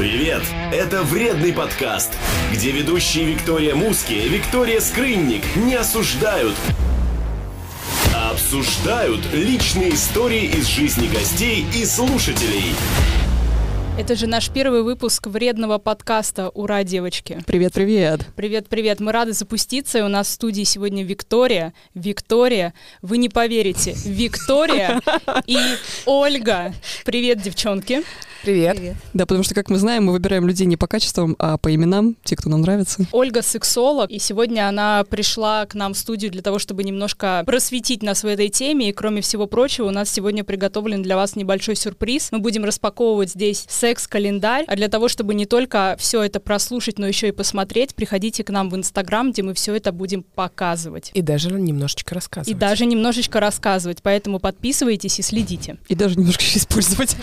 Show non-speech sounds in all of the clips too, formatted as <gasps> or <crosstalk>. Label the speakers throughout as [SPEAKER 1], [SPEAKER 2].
[SPEAKER 1] Нет, это вредный подкаст, где ведущие Виктория Муски и Виктория Скрынник не осуждают, а обсуждают личные истории из жизни гостей и слушателей.
[SPEAKER 2] Это же наш первый выпуск вредного подкаста «Ура, девочки».
[SPEAKER 3] Привет-привет.
[SPEAKER 2] Привет-привет, мы рады запуститься, и у нас в студии сегодня Виктория, Виктория, вы не поверите, Виктория и Ольга. Привет, девчонки.
[SPEAKER 4] Привет.
[SPEAKER 3] Да, потому что, как мы знаем, мы выбираем людей не по качествам, а по именам, те, кто нам нравится.
[SPEAKER 2] Ольга сексолог, и сегодня она пришла к нам в студию для того, чтобы немножко просветить нас в этой теме. И кроме всего прочего, у нас сегодня приготовлен для вас небольшой сюрприз. Мы будем распаковывать здесь секс-календарь. А для того, чтобы не только все это прослушать, но еще и посмотреть, приходите к нам в Инстаграм, где мы все это будем показывать.
[SPEAKER 4] И даже
[SPEAKER 2] И
[SPEAKER 4] немножечко рассказывать.
[SPEAKER 2] даже немножечко рассказывать, поэтому подписывайтесь и следите.
[SPEAKER 3] И даже немножко еще использовать.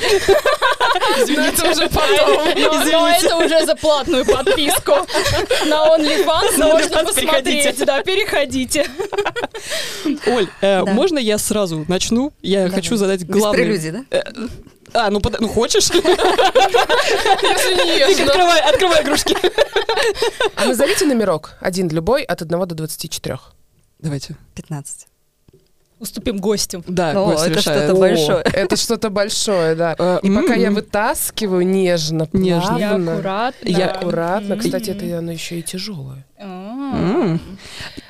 [SPEAKER 3] Извините.
[SPEAKER 2] уже потом. Но это уже за платную подписку на OnlyFans
[SPEAKER 3] На
[SPEAKER 2] можно
[SPEAKER 3] OnlyFans
[SPEAKER 2] посмотреть.
[SPEAKER 3] переходите.
[SPEAKER 2] Да, переходите.
[SPEAKER 3] <laughs> Оль, э, можно я сразу начну? Я хочу задать главный...
[SPEAKER 5] прелюдий, да?
[SPEAKER 3] А, ну под- ну хочешь?
[SPEAKER 2] Если не
[SPEAKER 3] Открывай, открывай игрушки.
[SPEAKER 4] А назовите номерок. Один любой, от 1 до 24.
[SPEAKER 3] <laughs> Давайте.
[SPEAKER 5] 15.
[SPEAKER 2] Уступим гостю.
[SPEAKER 3] Да,
[SPEAKER 5] Ну,
[SPEAKER 3] гость
[SPEAKER 5] это
[SPEAKER 3] решает.
[SPEAKER 5] что-то большое.
[SPEAKER 4] Это что-то большое, да.
[SPEAKER 3] Э,
[SPEAKER 4] И пока я
[SPEAKER 3] м-м.
[SPEAKER 4] вытаскиваю нежно,
[SPEAKER 3] Нежно.
[SPEAKER 2] Я
[SPEAKER 4] плавно,
[SPEAKER 2] аккуратно. М-м.
[SPEAKER 3] Я
[SPEAKER 4] аккуратно. Кстати, это оно еще и тяжелое.
[SPEAKER 2] А,
[SPEAKER 3] М.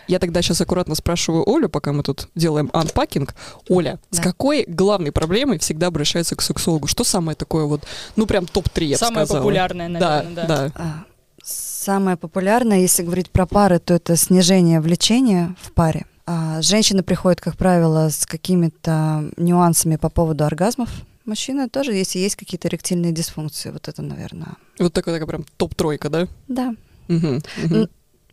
[SPEAKER 3] Я тогда сейчас аккуратно спрашиваю Олю, пока мы тут делаем анпакинг. Оля, с
[SPEAKER 5] Да.
[SPEAKER 3] какой главной проблемой всегда обращаются к сексологу? Что самое такое вот, ну прям топ-3, я бы
[SPEAKER 2] Самое
[SPEAKER 3] сказала.
[SPEAKER 2] популярное, наверное, <laughs> да.
[SPEAKER 3] да.
[SPEAKER 5] А, Самое популярное, если говорить про пары, то это снижение влечения в паре. А, Женщины приходят, как правило, с какими-то нюансами по поводу оргазмов. Мужчины тоже, если есть какие-то эректильные дисфункции, вот это, наверное,
[SPEAKER 3] Вот такая, такая прям топ-тройка, да?
[SPEAKER 5] да.
[SPEAKER 3] Мгм, мгм.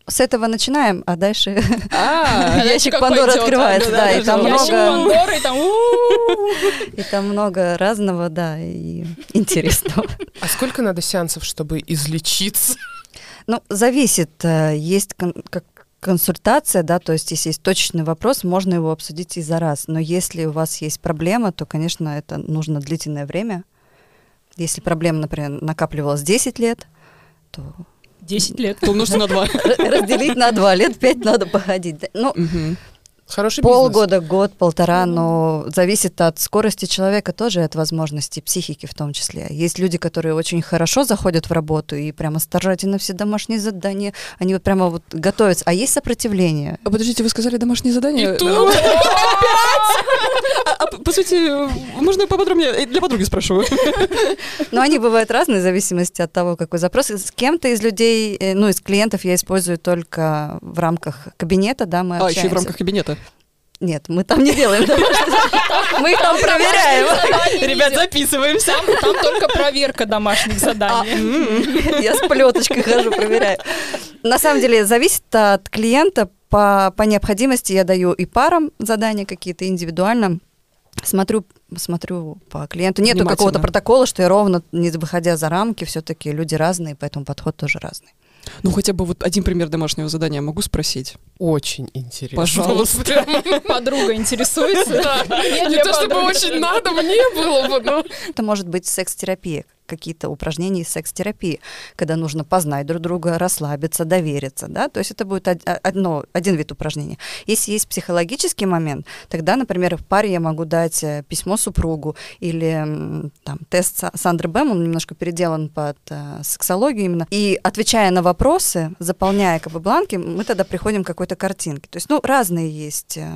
[SPEAKER 5] С этого начинаем, а дальше <laughs>
[SPEAKER 3] А,
[SPEAKER 5] ящик
[SPEAKER 2] как
[SPEAKER 5] Пандоры
[SPEAKER 2] пойдёт,
[SPEAKER 5] открывается, Ну да, и
[SPEAKER 3] да,
[SPEAKER 5] там
[SPEAKER 3] да.
[SPEAKER 2] Ящик
[SPEAKER 5] много,
[SPEAKER 2] Пандоры, и там у-у-у.
[SPEAKER 5] и там много разного, да, и <laughs> интересного.
[SPEAKER 4] А сколько надо сеансов, чтобы излечиться?
[SPEAKER 5] Ну, зависит. э, Есть кон- как консультация, да, то есть если есть точечный вопрос, можно его обсудить и за раз. Но если у вас есть проблема, то, конечно, это нужно длительное время. Если проблема, например, накапливалась 10 лет, то <laughs>
[SPEAKER 2] 10 лет.
[SPEAKER 3] то умножьте на два.
[SPEAKER 5] р- разделить на 2 лет, 5 надо походить. да. Ну,
[SPEAKER 3] Мгм.
[SPEAKER 4] Хороший бизнес.
[SPEAKER 5] полгода, год, полтора, но зависит от скорости человека тоже, и от возможностей психики в том числе. Есть люди, которые очень хорошо заходят в работу и прямо старательно все домашние задания, они вот прямо вот готовятся. А есть сопротивление?
[SPEAKER 3] А, Подождите, вы сказали домашнее задание?
[SPEAKER 2] И
[SPEAKER 3] <laughs>
[SPEAKER 2] тут
[SPEAKER 3] А, а, По сути, можно поподробнее? Э, Для подруги спрашиваю.
[SPEAKER 5] Но они бывают разные в зависимости от того, какой запрос. С кем-то из людей, э, ну, из клиентов я использую только в рамках кабинета, да,
[SPEAKER 3] А,
[SPEAKER 5] мы
[SPEAKER 3] еще и в
[SPEAKER 5] общаемся.
[SPEAKER 3] рамках кабинета.
[SPEAKER 5] Нет, мы там не делаем домашнее
[SPEAKER 3] <laughs>
[SPEAKER 5] задание. Мы их там проверяем.
[SPEAKER 2] Ребят,
[SPEAKER 3] записываемся.
[SPEAKER 2] там, там только проверка
[SPEAKER 5] А,
[SPEAKER 2] домашних заданий.
[SPEAKER 5] <laughs> Я с плеточкой хожу, проверяю. На самом деле зависит от клиента. По, по необходимости я даю и парам задания какие-то индивидуально. Смотрю, смотрю по клиенту. Нету
[SPEAKER 3] Внимательно.
[SPEAKER 5] какого-то протокола, что я ровно, не выходя за рамки, все-таки люди разные, поэтому подход тоже разный.
[SPEAKER 3] Ну, хотя бы вот один пример домашнего задания могу спросить.
[SPEAKER 4] Очень интересно.
[SPEAKER 3] Пожалуйста.
[SPEAKER 2] Подруга интересуется. Не
[SPEAKER 4] Не
[SPEAKER 2] для
[SPEAKER 4] то чтобы
[SPEAKER 2] подруги.
[SPEAKER 4] очень надо, мне было бы, но...
[SPEAKER 5] Это может быть секс-терапия, какие-то упражнения из секс-терапии, когда нужно познать друг друга, расслабиться, довериться, да, то есть это будет од- о- одно, один вид упражнения. Если есть психологический момент, тогда, например, в паре я могу дать э, письмо супругу или м, там тест Са- Сандры Бэм, он немножко переделан под э, сексологию именно, и отвечая на вопросы, заполняя как бы бланки, мы тогда приходим к какой-то картинке. То есть, ну, разные есть э,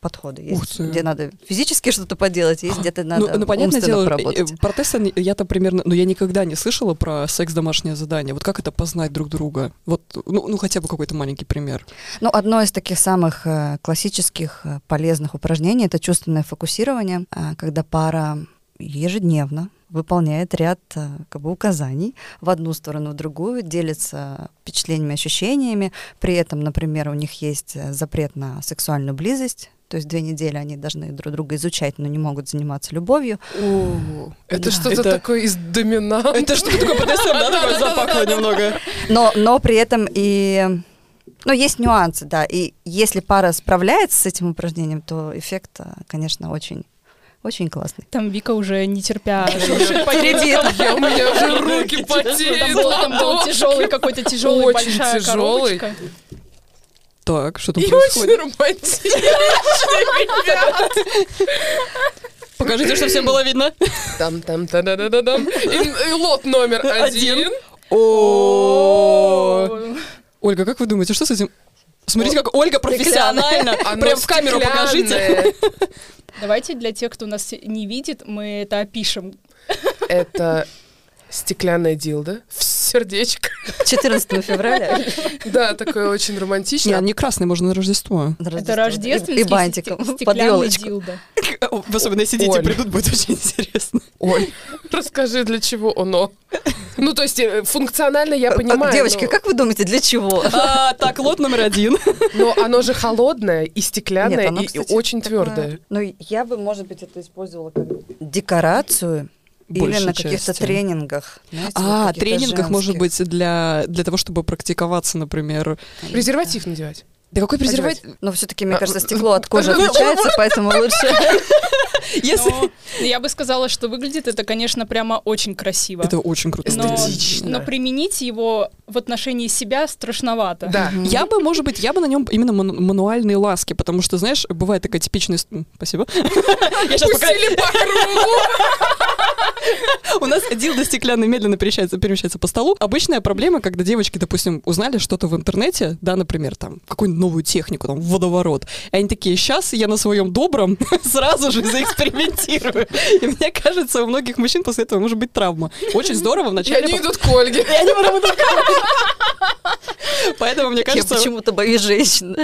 [SPEAKER 5] подходы.
[SPEAKER 3] Ух
[SPEAKER 5] Есть,
[SPEAKER 3] ты.
[SPEAKER 5] где надо физически что-то
[SPEAKER 3] <clears throat>
[SPEAKER 5] поделать, есть где-то надо
[SPEAKER 3] Ну, ну, понятное
[SPEAKER 5] умственно
[SPEAKER 3] дело, э, э,
[SPEAKER 5] поработать.
[SPEAKER 3] про тесты они- я-то примерно, но я никогда не слышала про секс-домашнее задание. Вот как это познать друг друга? Вот, ну, ну, хотя бы какой-то маленький пример.
[SPEAKER 5] Ну, одно из таких самых э, классических э, полезных упражнений это чувственное фокусирование, а, когда пара ежедневно выполняет ряд э, как бы, указаний в одну сторону, в другую, делится впечатлениями, ощущениями. При этом, например, у них есть э, запрет на сексуальную близость. То есть две недели они должны друг друга изучать, но не могут заниматься любовью.
[SPEAKER 4] Это
[SPEAKER 3] Да.
[SPEAKER 4] что-то
[SPEAKER 3] Это-
[SPEAKER 4] такое из доминанта.
[SPEAKER 3] Это что такое ПДСМ, да, такое запахло немного?
[SPEAKER 5] Но, но при этом и... Ну, есть нюансы, да. И если пара справляется с этим упражнением, то эффект, э, конечно, очень Очень классный.
[SPEAKER 2] Там Вика уже не терпя.
[SPEAKER 4] Я, у меня уже руки
[SPEAKER 2] Там
[SPEAKER 4] потеют.
[SPEAKER 2] был, там был тяжелый какой-то тяжелый
[SPEAKER 4] Очень
[SPEAKER 2] большая
[SPEAKER 4] тяжелый.
[SPEAKER 2] коробочка.
[SPEAKER 3] Так, что там
[SPEAKER 4] И
[SPEAKER 3] происходит?
[SPEAKER 4] очень романтично.
[SPEAKER 3] Покажите, что всем было видно.
[SPEAKER 4] Там, там, та да да да дам И, и лот номер один.
[SPEAKER 3] О, Ольга, как вы думаете, что с этим? Смотрите, как Ольга профессионально.
[SPEAKER 4] Оно
[SPEAKER 3] Прям в камеру
[SPEAKER 4] стеклянное.
[SPEAKER 3] покажите.
[SPEAKER 2] Давайте для тех, кто нас не видит, мы это опишем.
[SPEAKER 4] Это стеклянная дилда в сердечко.
[SPEAKER 5] 14 февраля.
[SPEAKER 4] Да, такое очень
[SPEAKER 3] Не, он
[SPEAKER 4] романтично.
[SPEAKER 3] не красный, можно на Рождество.
[SPEAKER 2] Это рождественский
[SPEAKER 5] Ну, И бантиком
[SPEAKER 2] стек-
[SPEAKER 5] под
[SPEAKER 2] стеклянный
[SPEAKER 5] елочку.
[SPEAKER 2] дилдо.
[SPEAKER 3] э, Особенно если дети
[SPEAKER 4] Оль.
[SPEAKER 3] придут, будет очень интересно.
[SPEAKER 4] Оль, расскажи, для чего оно? Ну, то есть э, функционально я понимаю.
[SPEAKER 5] А, Девочки,
[SPEAKER 4] но-
[SPEAKER 5] как вы думаете, для чего?
[SPEAKER 3] <laughs> А, так, лот номер один.
[SPEAKER 4] Но оно же холодное и
[SPEAKER 5] Нет,
[SPEAKER 4] стеклянное,
[SPEAKER 5] оно,
[SPEAKER 4] и- и
[SPEAKER 5] кстати,
[SPEAKER 4] очень
[SPEAKER 5] такое-
[SPEAKER 4] твердое.
[SPEAKER 5] Ну, я бы, может быть, это использовала как декорацию или
[SPEAKER 3] Большей
[SPEAKER 5] на каких-то
[SPEAKER 3] части.
[SPEAKER 5] тренингах. знаете, вот
[SPEAKER 3] А,
[SPEAKER 5] каких-то
[SPEAKER 3] тренингах, может
[SPEAKER 5] женских.
[SPEAKER 3] быть, для, для того, чтобы практиковаться, например.
[SPEAKER 4] Презерватив надевать.
[SPEAKER 3] Да какой презерватив?
[SPEAKER 5] Но все-таки,
[SPEAKER 3] А,
[SPEAKER 5] Ну, мне кажется, стекло от кожи
[SPEAKER 3] ну, <laughs>
[SPEAKER 5] отличается, поэтому лучше. <laughs>
[SPEAKER 3] Если... <laughs>
[SPEAKER 2] Но я бы сказала, что выглядит это, конечно, прямо очень красиво.
[SPEAKER 3] Это очень круто.
[SPEAKER 2] но,
[SPEAKER 4] эстетично.
[SPEAKER 2] но применить его в отношении себя страшновато.
[SPEAKER 4] Да.
[SPEAKER 3] Я бы, может быть, я бы на нем именно ману- мануальные ласки, потому что, знаешь, бывает такая типичная... с- м, Спасибо. Я сейчас пока...
[SPEAKER 4] Пустили по кругу.
[SPEAKER 3] У нас дилда стеклянный медленно перемещается, перемещается по столу. Обычная проблема, когда девочки, допустим, узнали что-то в интернете, да, например, там, какую-нибудь новую технику, там, водоворот. И они такие, сейчас я на своем добром <laughs> сразу же заэкспериментирую. И мне кажется, у многих мужчин после этого может быть травма. Очень здорово
[SPEAKER 4] И
[SPEAKER 3] вначале...
[SPEAKER 4] они
[SPEAKER 3] <laughs> по-
[SPEAKER 4] идут к Ольге.
[SPEAKER 3] И они потом идут к- <laughs> Поэтому, мне
[SPEAKER 5] Я
[SPEAKER 3] кажется...
[SPEAKER 5] почему-то боюсь женщин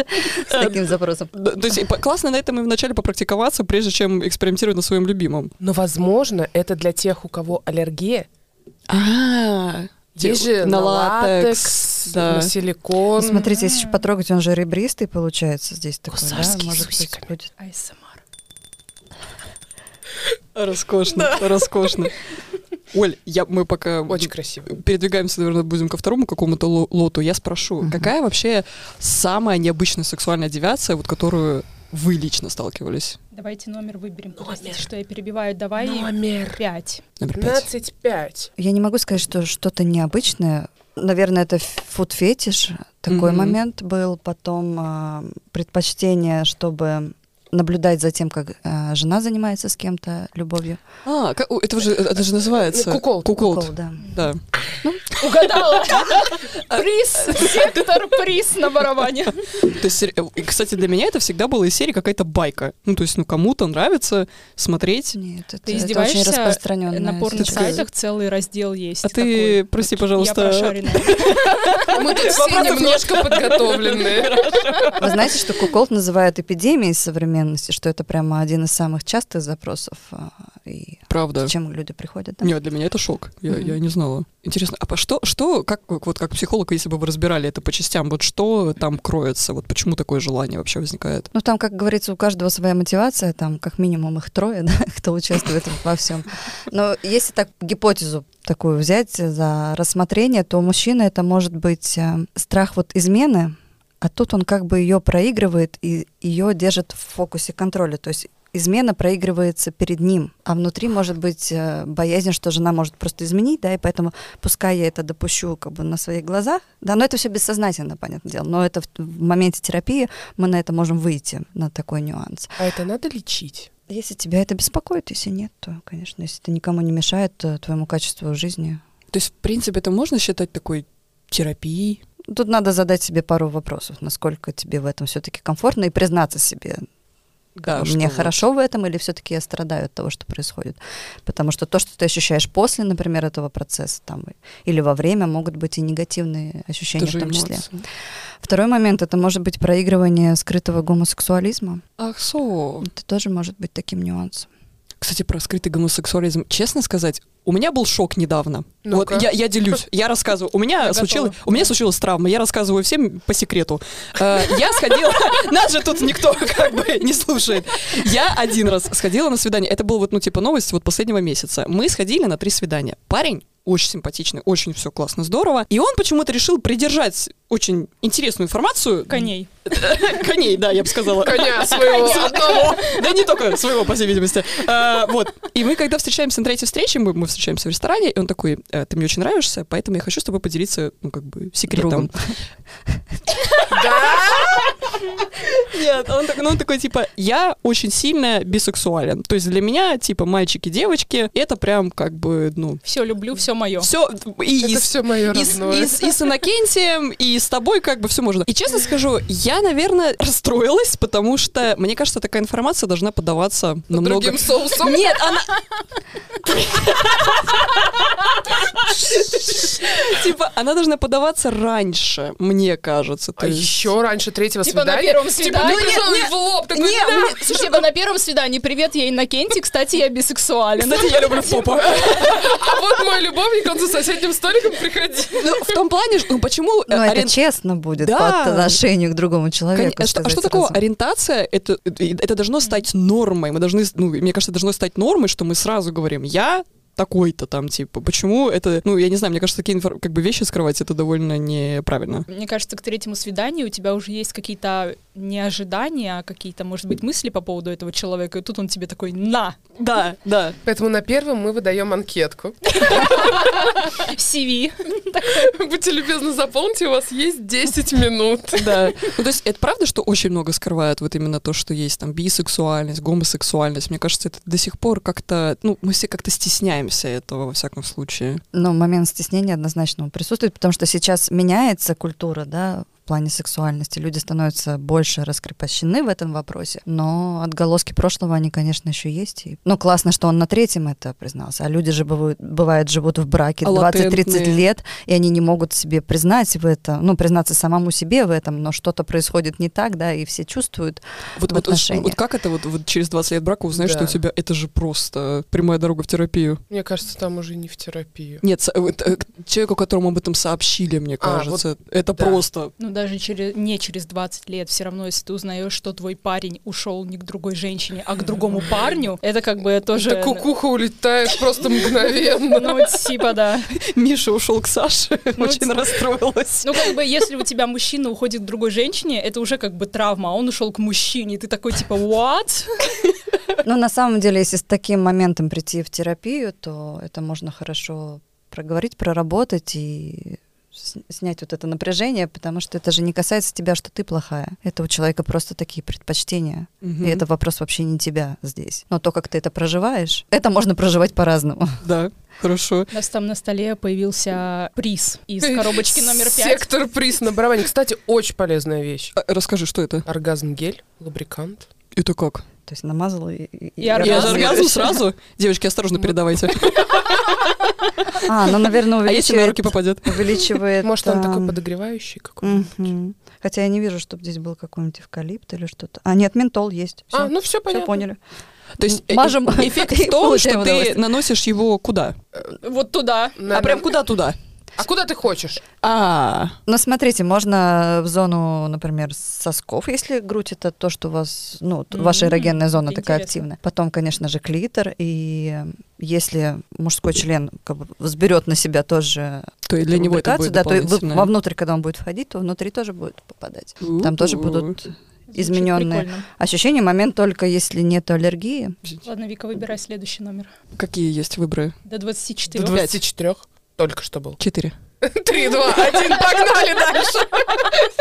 [SPEAKER 5] с таким запросом.
[SPEAKER 3] Да, То есть и по- классно на этом и вначале попрактиковаться, прежде чем экспериментировать на своем любимом.
[SPEAKER 4] Но, возможно, это для тех, у кого аллергия.
[SPEAKER 3] А,
[SPEAKER 4] Есть же на латекс,
[SPEAKER 3] да.
[SPEAKER 4] на силикон.
[SPEAKER 5] Смотрите, если еще потрогать, он же ребристый получается здесь такой, да?
[SPEAKER 4] Гусарский
[SPEAKER 5] Может
[SPEAKER 4] с
[SPEAKER 5] быть,
[SPEAKER 4] усиками.
[SPEAKER 5] будет.
[SPEAKER 2] ASMR.
[SPEAKER 3] Роскошно, роскошно. Оль, я, мы пока
[SPEAKER 4] Очень красиво.
[SPEAKER 3] передвигаемся, наверное, будем ко второму какому-то ло- лоту. Я спрошу, какая вообще самая необычная сексуальная девиация, вот которую вы лично сталкивались?
[SPEAKER 2] Давайте номер выберем. Простите, что я перебиваю. Давай
[SPEAKER 4] Номер
[SPEAKER 2] пять.
[SPEAKER 3] Номер пять.
[SPEAKER 4] 15-5.
[SPEAKER 5] Я не могу сказать, что что-то необычное. Наверное, это фуд-фетиш. Такой
[SPEAKER 3] Мгм.
[SPEAKER 5] момент был. Потом а, предпочтение, чтобы наблюдать за тем, как а, жена занимается с кем-то любовью.
[SPEAKER 3] А, ка- о, это уже, это же называется...
[SPEAKER 4] Куколд.
[SPEAKER 5] Кол, да.
[SPEAKER 3] да.
[SPEAKER 2] Угадала. Приз. Сектор приз на барабане.
[SPEAKER 3] То есть, сер- э, кстати, для меня это всегда было из серии какая-то байка. Ну, то есть, ну, кому-то нравится смотреть.
[SPEAKER 5] Нет, это,
[SPEAKER 2] Ты
[SPEAKER 5] это
[SPEAKER 2] издеваешься
[SPEAKER 5] очень распространенная
[SPEAKER 2] На порно-сайтах
[SPEAKER 5] штука.
[SPEAKER 2] целый раздел есть.
[SPEAKER 3] А ты,
[SPEAKER 2] такой.
[SPEAKER 3] прости,
[SPEAKER 2] Я
[SPEAKER 3] пожалуйста,
[SPEAKER 2] прошаренная.
[SPEAKER 4] Мы тут все немножко <laughs> подготовлены.
[SPEAKER 5] Вы знаете, что куколд называют эпидемией современности, что это прямо один из самых частых запросов, а, и
[SPEAKER 3] правда.
[SPEAKER 5] с чем люди приходят. да?
[SPEAKER 3] Нет, для меня это шок. Я, я не знала. Интересно, а по что, что, как вот как психолог, если бы вы разбирали это по частям, вот что там кроется, вот почему такое желание вообще возникает?
[SPEAKER 5] Ну, там, как говорится, у каждого своя мотивация, там, как минимум, их трое, <laughs> да, кто участвует во всем. Но если так гипотезу такую взять за рассмотрение, то у мужчины это может быть э, страх вот измены, а тут он как бы ее проигрывает и ее держит в фокусе контроля. То есть измена проигрывается перед ним, а внутри может быть э, боязнь, что жена может просто изменить, да, и поэтому пускай я это допущу как бы на своих глазах, да, но это все бессознательно, понятное дело, но это в, в моменте терапии мы на это можем выйти, на такой нюанс.
[SPEAKER 4] А это надо лечить.
[SPEAKER 5] Если тебя это беспокоит, если нет, то, конечно, если это никому не мешает э, твоему качеству жизни,
[SPEAKER 3] То есть, в принципе, это можно считать такой терапией?
[SPEAKER 5] тут надо задать себе пару вопросов, насколько тебе в этом все-таки комфортно, и признаться себе,
[SPEAKER 3] Да,
[SPEAKER 5] мне
[SPEAKER 3] что-
[SPEAKER 5] хорошо в этом, или все-таки я страдаю от того, что происходит. Потому что то, что ты ощущаешь после, например, этого процесса, там, или во время, могут быть и негативные
[SPEAKER 3] это
[SPEAKER 5] ощущения
[SPEAKER 3] же
[SPEAKER 5] в том числе.
[SPEAKER 3] эмоции.
[SPEAKER 5] Второй момент это может быть проигрывание скрытого гомосексуализма.
[SPEAKER 3] Ах, со.
[SPEAKER 5] Это тоже может быть таким нюансом.
[SPEAKER 3] Кстати, про скрытый гомосексуализм. Честно сказать, у меня был шок недавно. Вот
[SPEAKER 4] Ну-ка.
[SPEAKER 3] я, я делюсь, я рассказываю. У меня, случилось, у меня случилась травма, я рассказываю всем по секрету. Э, Я сходила, <laughs> нас же тут никто как бы не слушает. Я один раз сходила на свидание, это было вот, ну, типа новость вот последнего месяца. Мы сходили на три свидания. Парень очень симпатичный, очень все классно, здорово. И он почему-то решил придержать очень интересную информацию.
[SPEAKER 2] Коней.
[SPEAKER 3] Коней, <laughs> да, я бы сказала.
[SPEAKER 4] Коня своего одного.
[SPEAKER 3] Да не только своего, по всей видимости. А, Вот. И мы, когда встречаемся на третьей встрече, мы, мы встречаемся в ресторане, и он такой, «Э, ты мне очень нравишься, поэтому я хочу с тобой поделиться, ну, как бы, секретом.
[SPEAKER 5] Другом.
[SPEAKER 3] Нет, он, так- ну, он такой, типа, я очень сильно бисексуален. То есть для меня, типа, мальчики, девочки, это прям, как бы, ну,
[SPEAKER 2] Все люблю, все мое.
[SPEAKER 3] все, и,
[SPEAKER 4] Это
[SPEAKER 3] с-
[SPEAKER 4] все мое
[SPEAKER 3] и, с-
[SPEAKER 4] родное.
[SPEAKER 3] и с- и с Иннокентием, и с тобой как бы все можно. И честно скажу, я, наверное, <laughs> расстроилась, потому что, мне кажется, такая информация должна подаваться намного...
[SPEAKER 4] Другим соусом.
[SPEAKER 3] Нет, она... <laughs> Типа, она должна подаваться раньше, мне кажется. То
[SPEAKER 4] А
[SPEAKER 3] есть- <laughs>
[SPEAKER 4] еще раньше третьего
[SPEAKER 2] Типа на
[SPEAKER 4] свидания.
[SPEAKER 2] первом
[SPEAKER 4] Типа,
[SPEAKER 2] свидании.
[SPEAKER 4] ну, пришел и в лоб. такой,
[SPEAKER 2] Не,
[SPEAKER 4] «Да».
[SPEAKER 2] мне- слушай, типа на первом свидании. Привет, я Иннокентий, кстати, я бисексуален.
[SPEAKER 3] Кстати, я люблю попа.
[SPEAKER 4] А вот мой любовник, он за соседним столиком приходил.
[SPEAKER 3] <laughs> Ну, в том плане, что- ну, почему... э,
[SPEAKER 5] Но
[SPEAKER 3] ориен-
[SPEAKER 5] это честно будет
[SPEAKER 3] Да.
[SPEAKER 5] по отношению к другому
[SPEAKER 3] Кон-
[SPEAKER 5] человеку.
[SPEAKER 3] а что, а
[SPEAKER 5] сказать
[SPEAKER 3] что такого
[SPEAKER 5] сразу.
[SPEAKER 3] ориентация? Это, это должно стать нормой. Мы должны, ну, мне кажется, должно стать нормой, что мы сразу говорим, я такой-то там, типа, почему это, ну, я не знаю, мне кажется, такие инфор- как бы вещи скрывать, это довольно неправильно.
[SPEAKER 2] Мне кажется, к третьему свиданию у тебя уже есть какие-то не ожидания, а какие-то, может быть, мысли по поводу этого человека. И тут он тебе такой «на,
[SPEAKER 3] Да, да.
[SPEAKER 4] Поэтому на первом мы выдаем анкетку. <laughs>
[SPEAKER 2] CV».
[SPEAKER 4] Будьте любезны, заполните, у вас есть 10 минут.
[SPEAKER 3] Да. Ну, то есть это правда, что очень много скрывают вот именно то, что есть там бисексуальность, гомосексуальность. Мне кажется, это до сих пор как-то, ну, мы все как-то стесняемся этого, во всяком случае.
[SPEAKER 5] Но момент стеснения однозначно он присутствует, потому что сейчас меняется культура, да, в плане сексуальности. Люди становятся больше раскрепощены в этом вопросе, но отголоски прошлого, они, конечно, еще есть. И, ну, классно, что он на третьем это признался, а люди же бывают, бывает, живут в браке
[SPEAKER 3] А
[SPEAKER 5] 20-30
[SPEAKER 3] латентные.
[SPEAKER 5] лет, и они не могут себе признать в этом, ну, признаться самому себе в этом, но что-то происходит не так, да, и все чувствуют.
[SPEAKER 3] Вот, вот,
[SPEAKER 5] В
[SPEAKER 3] вот,
[SPEAKER 5] отношениях.
[SPEAKER 3] вот как это вот, вот через 20 лет брака узнаешь,
[SPEAKER 4] Да.
[SPEAKER 3] что у тебя это же просто прямая дорога в терапию?
[SPEAKER 4] Мне кажется, там уже не в терапию.
[SPEAKER 3] Нет, со- вот, э, к человеку, которому об этом сообщили, мне
[SPEAKER 4] А,
[SPEAKER 3] кажется, это
[SPEAKER 4] да.
[SPEAKER 3] просто.
[SPEAKER 2] Ну, даже через, не через 20 лет, все равно, если ты узнаешь, что твой парень ушел не к другой женщине, а к другому парню, это как бы тоже...
[SPEAKER 4] Да кукуха улетаешь просто мгновенно.
[SPEAKER 2] Ну, типа, да.
[SPEAKER 3] Миша ушел к Саше,
[SPEAKER 2] Ну,
[SPEAKER 3] очень
[SPEAKER 2] ц-
[SPEAKER 3] расстроилась.
[SPEAKER 2] <laughs> Ну, как бы, если у тебя мужчина уходит к другой женщине, это уже как бы травма, а он ушел к мужчине, и ты такой, типа, what?
[SPEAKER 5] Ну, на самом деле, если с таким моментом прийти в терапию, то это можно хорошо проговорить, проработать и с- снять вот это напряжение, потому что это же не касается тебя, что ты плохая. Это у человека просто такие предпочтения.
[SPEAKER 3] Мгм.
[SPEAKER 5] И это вопрос вообще не тебя здесь. Но то, как ты это проживаешь, это можно проживать по-разному.
[SPEAKER 3] Да, хорошо.
[SPEAKER 2] У нас там на столе появился приз из коробочки номер пять.
[SPEAKER 4] Сектор приз на барабане. Кстати, очень полезная вещь.
[SPEAKER 3] А, Расскажи, что это?
[SPEAKER 4] Оргазм гель, лубрикант.
[SPEAKER 3] Это как?
[SPEAKER 5] То есть намазала и...
[SPEAKER 2] И оргазм.
[SPEAKER 3] Я
[SPEAKER 2] Оргазм.
[SPEAKER 3] же оргазм сразу. Девочки, осторожно передавайте.
[SPEAKER 5] А, ну, наверное,
[SPEAKER 3] А если на руки
[SPEAKER 5] увеличивает...
[SPEAKER 3] попадет?
[SPEAKER 5] увеличивает
[SPEAKER 4] Может, он такой
[SPEAKER 5] ам,
[SPEAKER 4] подогревающий какой-нибудь?
[SPEAKER 5] мгм. Хотя я не вижу, чтобы здесь был какой-нибудь эвкалипт или что-то. А, нет, ментол есть. Все,
[SPEAKER 4] А, ну все понятно.
[SPEAKER 5] поняли.
[SPEAKER 3] То есть э,
[SPEAKER 5] Мажем
[SPEAKER 3] э, эффект
[SPEAKER 5] <laughs> и
[SPEAKER 3] в том,
[SPEAKER 5] получаем
[SPEAKER 3] что ты
[SPEAKER 5] удовольствие.
[SPEAKER 3] наносишь его куда?
[SPEAKER 2] Вот туда.
[SPEAKER 4] На-
[SPEAKER 3] А прям куда туда?
[SPEAKER 4] А куда ты хочешь?
[SPEAKER 3] А,
[SPEAKER 5] Ну, смотрите, можно в зону, например, сосков, если грудь это то, что у вас, ну, т- ваша
[SPEAKER 2] М,
[SPEAKER 5] эрогенная зона
[SPEAKER 2] это
[SPEAKER 5] такая
[SPEAKER 2] интересно.
[SPEAKER 5] активная. Потом, конечно же, клитор. И э, если мужской член как бы взберет на себя тоже
[SPEAKER 3] то и для
[SPEAKER 5] эту
[SPEAKER 3] него это будет
[SPEAKER 5] вибрикацию, да, то и вы-
[SPEAKER 3] дополнительное.
[SPEAKER 5] вовнутрь, когда он будет входить, то внутри тоже будет попадать.
[SPEAKER 3] Ну
[SPEAKER 5] Там тоже будут
[SPEAKER 2] Звучит
[SPEAKER 5] измененные
[SPEAKER 2] прикольно.
[SPEAKER 5] ощущения. Момент только если нет аллергии.
[SPEAKER 2] Ладно, Вика, выбирай следующий номер.
[SPEAKER 3] Какие есть выборы?
[SPEAKER 2] До
[SPEAKER 4] До
[SPEAKER 2] 24.
[SPEAKER 4] 24 только что был.
[SPEAKER 3] Четыре.
[SPEAKER 4] <laughs> Три, два, один, погнали дальше. <laughs>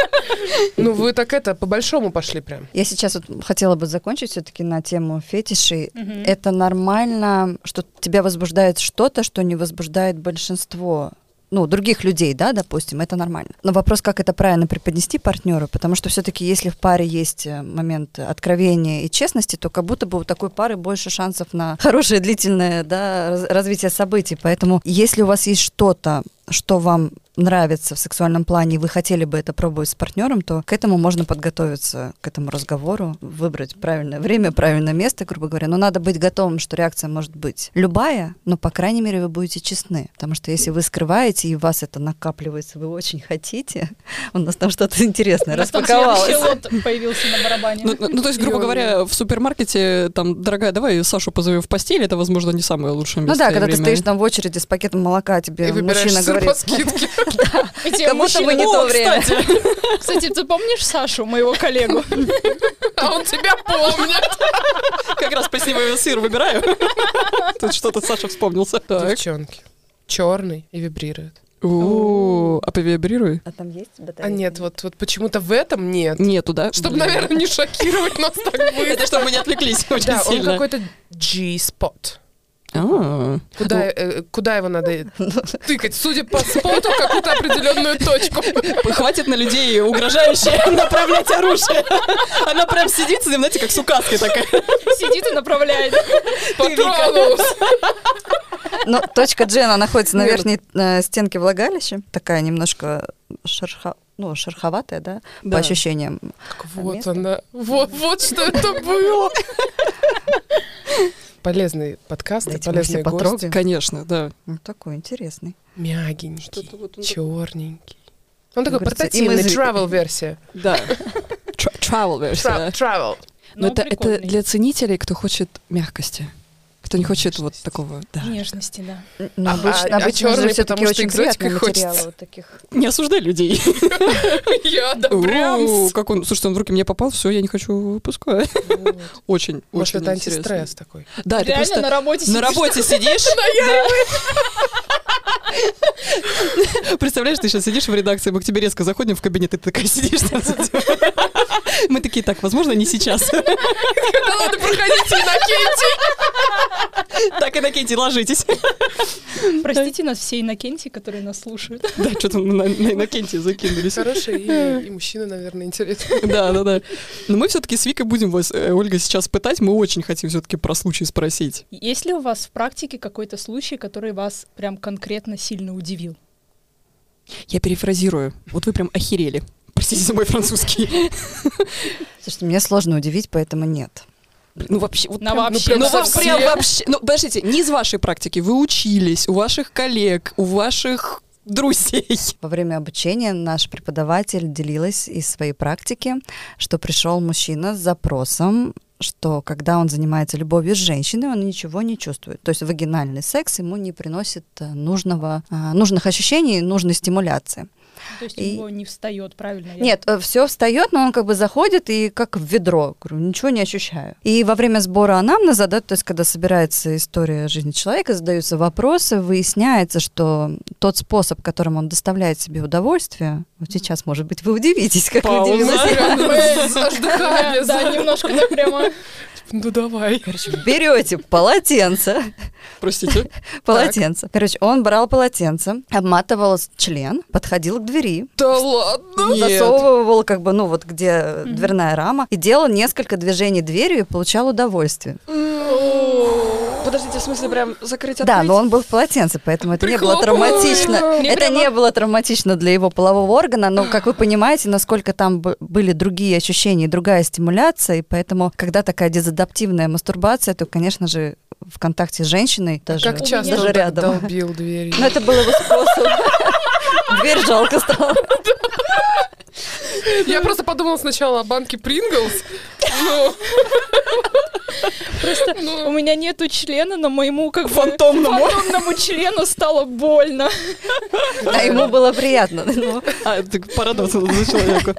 [SPEAKER 4] Ну, вы так это, по-большому пошли прям.
[SPEAKER 5] Я сейчас вот хотела бы закончить все-таки на тему фетишей.
[SPEAKER 2] Мгм.
[SPEAKER 5] Это нормально, что тебя возбуждает что-то, что не возбуждает большинство ну, других людей, да, допустим, это нормально. Но вопрос, как это правильно преподнести партнеру, потому что все-таки, если в паре есть э, момент откровения и честности, то как будто бы у такой пары больше шансов на <laughs> хорошее длительное да, раз- развитие событий. Поэтому, если у вас есть что-то, что вам нравится в сексуальном плане, и вы хотели бы это пробовать с партнером, то к этому можно подготовиться, к этому разговору, выбрать правильное время, правильное место, грубо говоря. Но надо быть готовым, что реакция может быть любая, но, по крайней мере, вы будете честны. Потому что если вы скрываете, и у вас это накапливается, вы очень хотите, <laughs> у нас там что-то интересное
[SPEAKER 2] У нас там следующий
[SPEAKER 5] распаковалось.
[SPEAKER 2] лот появился на барабане.
[SPEAKER 3] Ну, ну, ну, то есть, грубо
[SPEAKER 4] Ё-моё.
[SPEAKER 3] говоря, в супермаркете, там, дорогая, давай Сашу позови в постель, это, возможно, не самое лучшее
[SPEAKER 5] Ну
[SPEAKER 3] место
[SPEAKER 5] да,
[SPEAKER 3] и
[SPEAKER 5] когда ты
[SPEAKER 3] время.
[SPEAKER 5] стоишь там в очереди с пакетом молока, тебе
[SPEAKER 4] И выбираешь
[SPEAKER 5] мужчина
[SPEAKER 4] сыр
[SPEAKER 5] говорит,
[SPEAKER 4] по <laughs> скидке.
[SPEAKER 2] И тебе
[SPEAKER 5] как будто бы
[SPEAKER 2] мужчина-
[SPEAKER 5] не
[SPEAKER 2] О,
[SPEAKER 5] то время.
[SPEAKER 2] ну, Кстати, ты помнишь Сашу, моего коллегу?
[SPEAKER 4] А он тебя помнит.
[SPEAKER 3] Как раз пассивный сыр выбираю. <laughs> Тут что-то Саша вспомнился. Так.
[SPEAKER 4] Девчонки. Черный и вибрирует.
[SPEAKER 3] У, А повибрируй.
[SPEAKER 5] А там есть батарея?
[SPEAKER 4] А нет, вот, вот почему-то в этом нет.
[SPEAKER 3] Нету, да?
[SPEAKER 4] Чтобы,
[SPEAKER 3] Блин.
[SPEAKER 4] наверное, не шокировать нас <laughs> так
[SPEAKER 3] Это
[SPEAKER 4] быстро.
[SPEAKER 3] чтобы мы не отвлеклись очень
[SPEAKER 4] Да, он
[SPEAKER 3] сильно.
[SPEAKER 4] какой-то G-spot.
[SPEAKER 3] А.
[SPEAKER 4] Куда, э, куда его <laughs> надо тыкать? Судя по споту, в какую-то определенную точку.
[SPEAKER 3] Хватит на людей угрожающе <laughs> направлять оружие. Она прям сидит, с ним, знаете, как с указкой такая.
[SPEAKER 2] Сидит и направляет.
[SPEAKER 4] Патронус.
[SPEAKER 5] Ну, точка G, она находится на
[SPEAKER 3] Верно.
[SPEAKER 5] верхней э, стенке влагалища. Такая немножко шерха... ну, шероховатая, да,
[SPEAKER 3] Да.
[SPEAKER 5] по ощущениям.
[SPEAKER 4] Так Вот она. Вот, вот что это было. Полезный подкаст, и
[SPEAKER 5] Дайте мы все
[SPEAKER 4] полезный гость.
[SPEAKER 5] потрогаем.
[SPEAKER 3] Конечно, да.
[SPEAKER 5] Ну, такой интересный.
[SPEAKER 4] Мягенький,
[SPEAKER 3] вот он такой.
[SPEAKER 4] черненький. Он такой
[SPEAKER 5] Говорится,
[SPEAKER 4] портативный,
[SPEAKER 5] им из-
[SPEAKER 4] travel версия.
[SPEAKER 3] Да. Tra- Travel версия.
[SPEAKER 4] Tra- Travel.
[SPEAKER 3] Но Ну,
[SPEAKER 4] Ну,
[SPEAKER 3] это, это
[SPEAKER 2] Ну, прикольный.
[SPEAKER 3] для ценителей, кто хочет мягкости. Кто не хочет вот такого, да.
[SPEAKER 2] Нежности, да.
[SPEAKER 5] Ну,
[SPEAKER 4] А- а- а чёрный,
[SPEAKER 5] всё-таки
[SPEAKER 4] потому что
[SPEAKER 5] очень
[SPEAKER 4] экзотика
[SPEAKER 5] приятные
[SPEAKER 4] хочется.
[SPEAKER 5] материалы вот таких.
[SPEAKER 3] Не осуждай людей.
[SPEAKER 4] <laughs>
[SPEAKER 3] <laughs>
[SPEAKER 4] Я
[SPEAKER 3] У,
[SPEAKER 4] прям.
[SPEAKER 3] Как он, слушай, он в руки мне попал, все, я не хочу, пускай. Очень,
[SPEAKER 4] Может,
[SPEAKER 3] очень интересно.
[SPEAKER 4] это антистресс <laughs> такой.
[SPEAKER 3] Да, А, это
[SPEAKER 2] Реально
[SPEAKER 3] просто
[SPEAKER 2] на работе
[SPEAKER 3] на
[SPEAKER 2] сидишь.
[SPEAKER 3] работе <laughs> сидишь. Да. Представляешь, ты сейчас сидишь в редакции, мы к тебе резко заходим в кабинет, и ты такая сидишь. там. Мы такие, так, возможно, не сейчас.
[SPEAKER 4] Да ладно, проходите, Иннокентий.
[SPEAKER 3] Так, Иннокентий, ложитесь.
[SPEAKER 2] Простите нас все инокентии, которые нас слушают.
[SPEAKER 3] Да, что-то на на Иннокентия закинулись.
[SPEAKER 4] Хорошее имя, и мужчина, наверное, интересно.
[SPEAKER 3] Да, да, да. Но мы все-таки с Викой будем вас, э, Ольга, сейчас пытать. Мы очень хотим все-таки про случай спросить.
[SPEAKER 2] Есть ли у вас в практике какой-то случай, который вас прям конкретно сильно удивил?
[SPEAKER 3] Я перефразирую. Вот вы прям охерели. Простите за мой французский.
[SPEAKER 5] Слушайте, мне сложно удивить, поэтому нет.
[SPEAKER 3] Ну вообще, вот
[SPEAKER 2] На
[SPEAKER 3] прям,
[SPEAKER 2] вообще.
[SPEAKER 3] ну, прям,
[SPEAKER 2] Ну,
[SPEAKER 3] во-
[SPEAKER 2] совсем.
[SPEAKER 3] прям вообще. Ну подождите, не из вашей практики. Вы учились у ваших коллег, у ваших друзей.
[SPEAKER 5] Во время обучения наш преподаватель делилась из своей практики, что пришел мужчина с запросом, что когда он занимается любовью с женщиной, он ничего не чувствует. То есть вагинальный секс ему не приносит э, нужного, а, нужных ощущений, нужной стимуляции.
[SPEAKER 2] То есть у
[SPEAKER 5] И-
[SPEAKER 2] него не встает, правильно? я-
[SPEAKER 5] Нет, все встает, но он как бы заходит и как в ведро, говорю, ничего не ощущаю. И во время сбора анамнеза, да, то есть когда собирается история жизни человека, задаются вопросы, выясняется, что тот способ, которым он доставляет себе удовольствие, вот сейчас, может быть, вы удивитесь, как
[SPEAKER 3] Пауза.
[SPEAKER 5] удивилась я.
[SPEAKER 4] Аж
[SPEAKER 2] Да,
[SPEAKER 4] дыхание
[SPEAKER 2] да,
[SPEAKER 4] за-
[SPEAKER 2] немножко так прямо.
[SPEAKER 4] <laughs> Ну давай.
[SPEAKER 5] Берете полотенце,
[SPEAKER 3] Простите.
[SPEAKER 5] полотенце. Короче, он брал полотенце, обматывал член, подходил к двери,
[SPEAKER 4] Да ладно.
[SPEAKER 3] Нет.
[SPEAKER 5] засовывал как бы, ну вот где э, дверная рама, и делал несколько движений дверью и получал удовольствие.
[SPEAKER 3] Подождите, в смысле прям закрыть
[SPEAKER 5] Да, но он был в полотенце, поэтому это не было
[SPEAKER 4] Прихлопывал
[SPEAKER 5] травматично.
[SPEAKER 2] Мне
[SPEAKER 5] Это
[SPEAKER 2] прямо-
[SPEAKER 5] не было травматично для его полового органа, но,
[SPEAKER 4] <gasps>
[SPEAKER 5] как вы понимаете, насколько там б- были другие ощущения, и другая стимуляция, и поэтому, когда такая дезадаптивная мастурбация, то, конечно же, в контакте с женщиной даже,
[SPEAKER 4] Как часто
[SPEAKER 2] меня-
[SPEAKER 4] он
[SPEAKER 5] даже
[SPEAKER 4] так
[SPEAKER 5] рядом.
[SPEAKER 4] долбил дверь.
[SPEAKER 5] Но это был
[SPEAKER 4] <laughs>
[SPEAKER 5] его способ. Дверь жалко стало.
[SPEAKER 4] Я просто подумала сначала о банке Принглс. Ну,
[SPEAKER 2] Просто у меня нету члена, но моему как бы
[SPEAKER 3] Фантомному.
[SPEAKER 2] фантомному члену стало больно.
[SPEAKER 5] А ему было приятно. <laughs> Ну,
[SPEAKER 3] А, так парадокс за человека.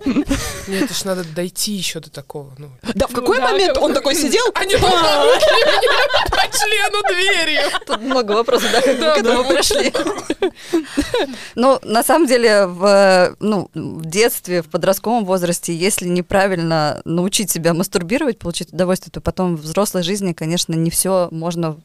[SPEAKER 4] Нет, это ж надо дойти еще до такого. Ну,
[SPEAKER 3] <laughs> Да, в какой
[SPEAKER 2] да,
[SPEAKER 3] момент
[SPEAKER 2] как
[SPEAKER 3] он
[SPEAKER 2] бы-
[SPEAKER 3] такой сидел?
[SPEAKER 4] А не толкнули меня по А члену дверью.
[SPEAKER 5] Тут много вопросов, да, как
[SPEAKER 4] Да,
[SPEAKER 5] мы к этому
[SPEAKER 4] да.
[SPEAKER 5] пришли. Ну, на самом деле, в, э, ну, в детстве, в подростковом возрасте, если неправильно научить себя мастурбировать, получить удовольствие, то потом в взрослой жизни, конечно, не все можно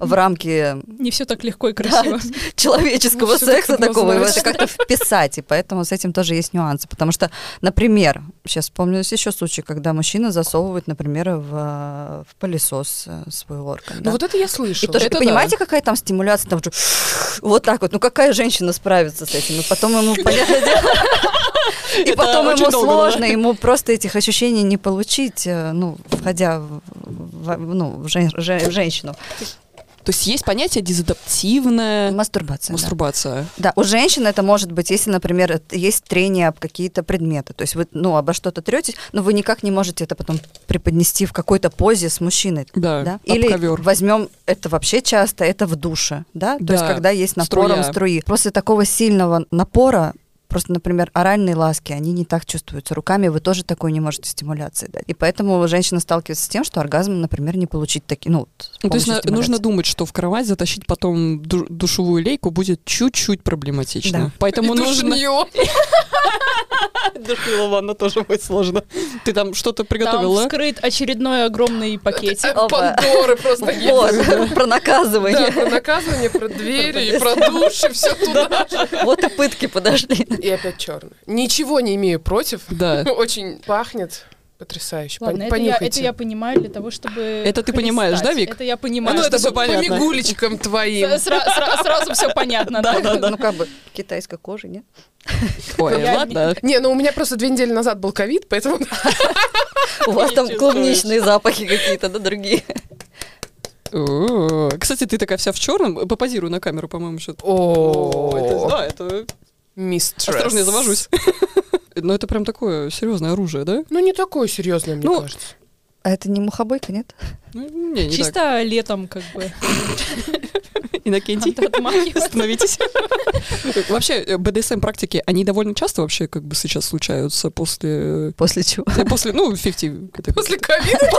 [SPEAKER 5] в рамки
[SPEAKER 2] Не все так легко и красиво.
[SPEAKER 5] человеческого
[SPEAKER 4] Ну, всё-таки
[SPEAKER 5] секса такого, его это
[SPEAKER 4] однозначно.
[SPEAKER 5] как-то вписать, и поэтому с этим тоже есть нюансы, потому что, например, сейчас вспомнились еще случаи, когда мужчина засовывает, например, в, в пылесос э, свой орган. да.
[SPEAKER 4] Ну вот это я
[SPEAKER 5] И
[SPEAKER 4] слышала.
[SPEAKER 5] тоже,
[SPEAKER 3] Это да.
[SPEAKER 5] понимаете, какая там стимуляция, там же вот так вот. Ну какая женщина справиться с этим. И потом ему,
[SPEAKER 3] <laughs>
[SPEAKER 5] понятное дело, и
[SPEAKER 3] Это
[SPEAKER 5] потом
[SPEAKER 3] очень
[SPEAKER 5] ему
[SPEAKER 3] долго,
[SPEAKER 5] сложно,
[SPEAKER 3] да?
[SPEAKER 5] ему просто этих ощущений не получить, э, ну, входя в, в- ну, в жен- же- в женщину.
[SPEAKER 3] <laughs> То есть есть понятие дезадаптивная
[SPEAKER 5] Мастурбация. да.
[SPEAKER 3] мастурбация.
[SPEAKER 5] Да, у женщин это может быть, если, например, это- есть трение об какие-то предметы. То есть вы ну, обо что-то третесь, но вы никак не можете это потом преподнести в какой-то позе с мужчиной.
[SPEAKER 3] Да, об
[SPEAKER 5] Или
[SPEAKER 3] ковер.
[SPEAKER 5] возьмем, это вообще часто, это в душе, да? То
[SPEAKER 3] Да,
[SPEAKER 5] есть когда есть напором
[SPEAKER 3] струя.
[SPEAKER 5] струи. После такого сильного напора Просто, например, оральные ласки, они не так чувствуются. Руками вы тоже такой не можете стимуляции дать. И поэтому женщина сталкивается с тем, что оргазм, например, не получить такие, ну, вот с
[SPEAKER 3] Ну, то есть
[SPEAKER 5] помощью
[SPEAKER 3] на- нужно
[SPEAKER 5] стимуляции.
[SPEAKER 3] думать, что в кровать затащить потом ду- душевую лейку будет чуть-чуть проблематично.
[SPEAKER 5] Да.
[SPEAKER 3] Поэтому
[SPEAKER 4] И
[SPEAKER 3] нужно...
[SPEAKER 4] душнило.
[SPEAKER 3] Душила ванна тоже будет сложно. Ты там что-то
[SPEAKER 2] Там
[SPEAKER 3] приготовила?
[SPEAKER 2] вскрыт очередной
[SPEAKER 4] Э,
[SPEAKER 2] огромный пакетик.
[SPEAKER 5] Опа.
[SPEAKER 4] Пандоры просто. <laughs>
[SPEAKER 5] Вот, <laughs> про
[SPEAKER 4] Да,
[SPEAKER 5] наказывание.
[SPEAKER 4] про наказывание, про двери, и про души, все туда же.
[SPEAKER 5] Вот и пытки подошли.
[SPEAKER 4] И опять черный. Ничего не имею против.
[SPEAKER 3] Да.
[SPEAKER 4] <laughs> Очень пахнет потрясающе.
[SPEAKER 2] Ладно, это я,
[SPEAKER 4] Пон- э, понюхайте. Ну,
[SPEAKER 2] это я понимаю для того, чтобы...
[SPEAKER 3] Это ты понимаешь, да, Вик?
[SPEAKER 2] Это я
[SPEAKER 4] А
[SPEAKER 2] понимаю.
[SPEAKER 4] ну, это
[SPEAKER 3] чтобы
[SPEAKER 4] по
[SPEAKER 3] понятно.
[SPEAKER 4] мигулечкам твоим.
[SPEAKER 2] С- сра- сра- Сразу все понятно, да?
[SPEAKER 5] Ну, как бы китайской кожи, нет?
[SPEAKER 3] Ой,
[SPEAKER 2] Я-
[SPEAKER 3] ладно.
[SPEAKER 4] Не, ну у меня просто две недели назад был ковид, поэтому...
[SPEAKER 5] У вас там
[SPEAKER 3] чувствуешь.
[SPEAKER 5] клубничные запахи какие-то, да, другие.
[SPEAKER 3] О, Кстати, ты такая вся в черном. Попозирую на камеру, по-моему, что-то. О, это-
[SPEAKER 4] О,
[SPEAKER 3] Да, это...
[SPEAKER 4] мистресс.
[SPEAKER 3] Осторожно, я завожусь. Но это прям такое серьезное оружие, да?
[SPEAKER 4] Ну, не такое серьезное, мне
[SPEAKER 3] Ну,
[SPEAKER 4] кажется.
[SPEAKER 5] А это не мухобойка, нет?
[SPEAKER 3] Ну, Не, не так.
[SPEAKER 2] Чисто летом, как
[SPEAKER 3] <laughs>
[SPEAKER 2] бы.
[SPEAKER 3] Иннокентий.
[SPEAKER 2] от- отмахиваться.
[SPEAKER 3] <laughs> Остановитесь. <laughs> Вообще, БДСМ-практики, они довольно часто вообще как бы сейчас случаются после...
[SPEAKER 5] После чего?
[SPEAKER 3] э, После, ну, 50... это-
[SPEAKER 4] После ковида?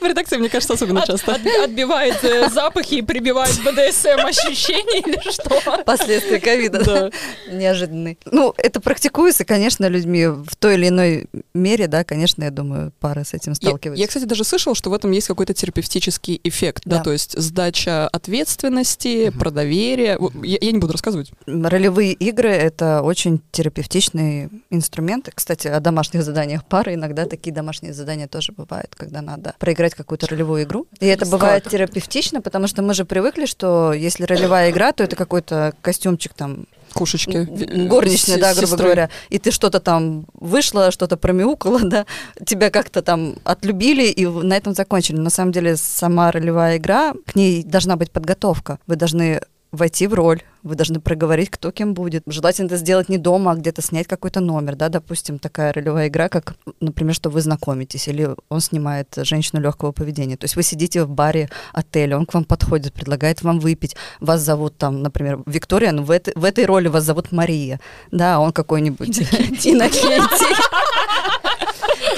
[SPEAKER 3] В редакции, мне кажется, особенно
[SPEAKER 2] От-
[SPEAKER 3] часто.
[SPEAKER 2] от- <laughs> отбивает э, запахи и прибивает БДСМ ощущения
[SPEAKER 3] <laughs>
[SPEAKER 2] или что?
[SPEAKER 5] Последствия ковида.
[SPEAKER 3] Да.
[SPEAKER 5] Неожиданные. Ну, это практикуется, конечно, людьми в той или иной мере, да, конечно, я думаю, пары с этим
[SPEAKER 3] Я,
[SPEAKER 5] сталкиваются.
[SPEAKER 3] я, кстати, даже слышала, что в этом есть какой-то терапевтический эффект, да,
[SPEAKER 5] Да.
[SPEAKER 3] то есть сдача ответственности, про доверие. Вот Я, я не буду рассказывать.
[SPEAKER 5] М, Ролевые игры — это очень терапевтичный инструмент. Кстати, о домашних заданиях пары. Иногда такие домашние задания тоже бывают, когда надо проиграть какую-то ролевую игру. И это бывает терапевтично, потому что мы же привыкли, что если ролевая игра, то это какой-то костюмчик там
[SPEAKER 3] Кошечки. э,
[SPEAKER 5] М, горничная,
[SPEAKER 3] С-
[SPEAKER 5] да,
[SPEAKER 3] с
[SPEAKER 5] грубо
[SPEAKER 3] сестрой.
[SPEAKER 5] говоря, и ты что-то там вышла, что-то промяукала, да, тебя как-то там отлюбили и в- на этом закончили. На самом деле сама ролевая игра, к ней должна быть подготовка. Вы должны войти в роль, вы должны проговорить, кто кем будет. Желательно это сделать не дома, а где-то снять какой-то номер, да, допустим, такая ролевая игра, как, например, что вы знакомитесь, или он снимает женщину легкого поведения. То есть вы сидите в баре отеля, он к вам подходит, предлагает вам выпить, вас зовут там, например, Виктория, но в, этой- в этой роли вас зовут Мария, да, а он какой-нибудь <laughs> Иннокентий.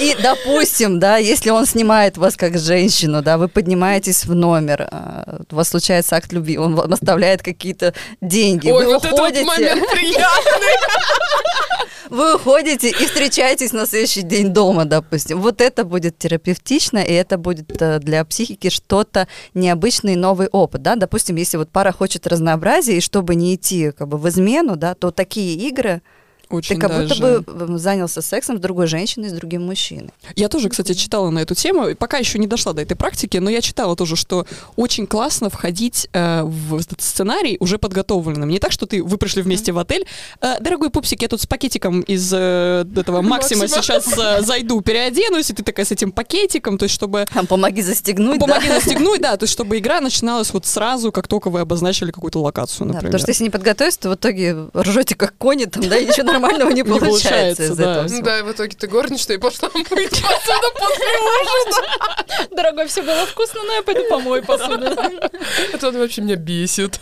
[SPEAKER 5] И, допустим, да, если он снимает вас как женщину, да, вы поднимаетесь в номер, а, у вас случается акт любви, он вам оставляет какие-то деньги,
[SPEAKER 4] Ой,
[SPEAKER 5] вы
[SPEAKER 4] вот этот
[SPEAKER 5] уходите,
[SPEAKER 4] вот момент приятный.
[SPEAKER 5] вы уходите и встречаетесь на следующий день дома, допустим. Вот это будет терапевтично, и это будет э, для психики что-то необычный новый опыт, да. Допустим, если вот пара хочет разнообразия, и чтобы не идти как бы в измену, да, то такие игры
[SPEAKER 3] Очень
[SPEAKER 5] ты как будто
[SPEAKER 3] даже.
[SPEAKER 5] бы м, занялся сексом с другой женщиной, с другим мужчиной.
[SPEAKER 3] Я тоже, кстати, читала на эту тему, и пока еще не дошла до этой практики, но я читала тоже, что очень классно входить э, в этот сценарий уже подготовленным. Не так, что ты, вы пришли вместе в отель, «Э, дорогой пупсик, я тут с пакетиком из э, этого Максима
[SPEAKER 4] Максима.
[SPEAKER 3] сейчас э, зайду, переоденусь, и ты такая с этим пакетиком, то есть чтобы
[SPEAKER 5] Там помоги застегнуть, да.
[SPEAKER 3] Ну, помоги застегнуть, да, то есть чтобы игра начиналась вот сразу, как только вы обозначили какую-то локацию,
[SPEAKER 5] Да,
[SPEAKER 3] например.
[SPEAKER 5] потому что если не подготовиться, то в итоге ржете как кони, там, да, и ничего нормального
[SPEAKER 3] Не
[SPEAKER 5] не получается из
[SPEAKER 3] получается, да.
[SPEAKER 5] этого
[SPEAKER 4] Ну
[SPEAKER 5] всего.
[SPEAKER 4] Да, и в итоге ты горничная и пошла мыть посуду после
[SPEAKER 2] Дорогой, все было вкусно, но я пойду помою посуду.
[SPEAKER 4] Это он вообще меня бесит.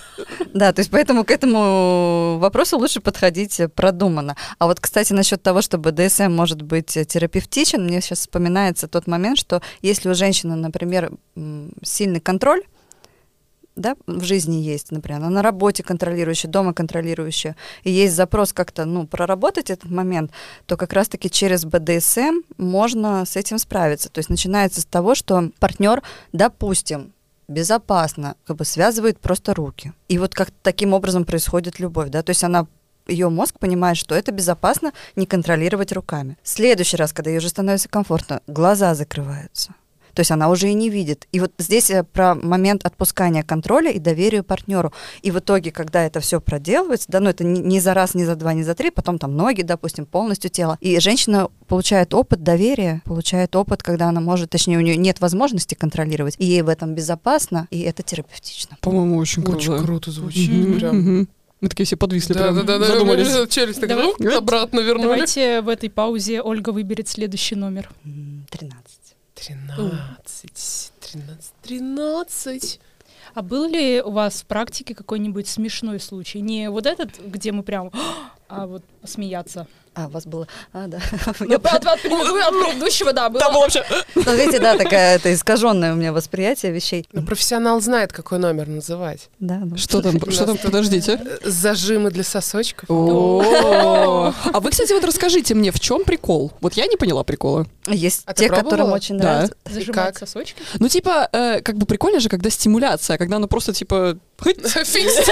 [SPEAKER 5] Да, то есть поэтому к этому вопросу лучше подходить э, продуманно. А вот, кстати, насчет того, что БДСМ может быть э, терапевтичен, мне сейчас вспоминается тот момент, что если у женщины, например, м, сильный контроль, да, в жизни есть, например, она на работе контролирующая, дома контролирующая, и есть запрос как-то, ну, проработать этот момент, то как раз-таки через БДСМ можно с этим справиться. То есть начинается с того, что партнер, допустим, безопасно, как бы связывает просто руки. И вот как таким образом происходит любовь, да, то есть она ее мозг понимает, что это безопасно не контролировать руками. В следующий раз, когда ей уже становится комфортно, глаза закрываются. То есть она уже и не видит. И вот здесь э, про момент отпускания контроля и доверия партнеру. И в итоге, когда это все проделывается, да, ну это не, не за раз, не за два, не за три, потом там ноги, допустим, полностью тело. И женщина получает опыт доверия, получает опыт, когда она может, точнее, у нее нет возможности контролировать, и ей в этом безопасно, и это терапевтично.
[SPEAKER 3] По-моему, очень круто.
[SPEAKER 4] Очень круто звучит.
[SPEAKER 3] Мгм,
[SPEAKER 4] Прям.
[SPEAKER 3] мгм. Мы такие все подвисли,
[SPEAKER 4] Да,
[SPEAKER 3] прям
[SPEAKER 4] да, да,
[SPEAKER 3] задумались.
[SPEAKER 4] да. Челюсть так
[SPEAKER 2] Давай.
[SPEAKER 4] ну, обратно вернули.
[SPEAKER 2] Давайте в этой паузе Ольга выберет следующий номер.
[SPEAKER 5] М, 13.
[SPEAKER 4] Тринадцать, тринадцать, тринадцать.
[SPEAKER 2] А был ли у вас в практике какой-нибудь смешной случай? Не вот этот, где мы прям, <gasps> «А!», а вот смеяться.
[SPEAKER 5] А, у вас было... А, да. <laughs>
[SPEAKER 2] Ну, от,
[SPEAKER 3] <laughs>
[SPEAKER 2] от пред- от предыдущего, да, было.
[SPEAKER 3] Там было вообще...
[SPEAKER 5] Смотрите, Ну, да, такая это искаженное у меня восприятие вещей.
[SPEAKER 4] Ну, профессионал знает, какой номер называть.
[SPEAKER 5] Да, ну.
[SPEAKER 3] Что там, что там, подождите.
[SPEAKER 4] Э, Зажимы для сосочков.
[SPEAKER 3] О. А вы, кстати, вот расскажите мне, в чем прикол? Вот я не поняла прикола.
[SPEAKER 5] Есть
[SPEAKER 4] А ты
[SPEAKER 5] те, которым
[SPEAKER 4] пробовала?
[SPEAKER 5] очень
[SPEAKER 3] Да.
[SPEAKER 5] нравится.
[SPEAKER 2] Зажимать
[SPEAKER 4] как?
[SPEAKER 2] сосочки.
[SPEAKER 3] Ну, типа, э, как бы прикольно же, когда стимуляция, когда она просто, типа, хоть
[SPEAKER 4] Фикс.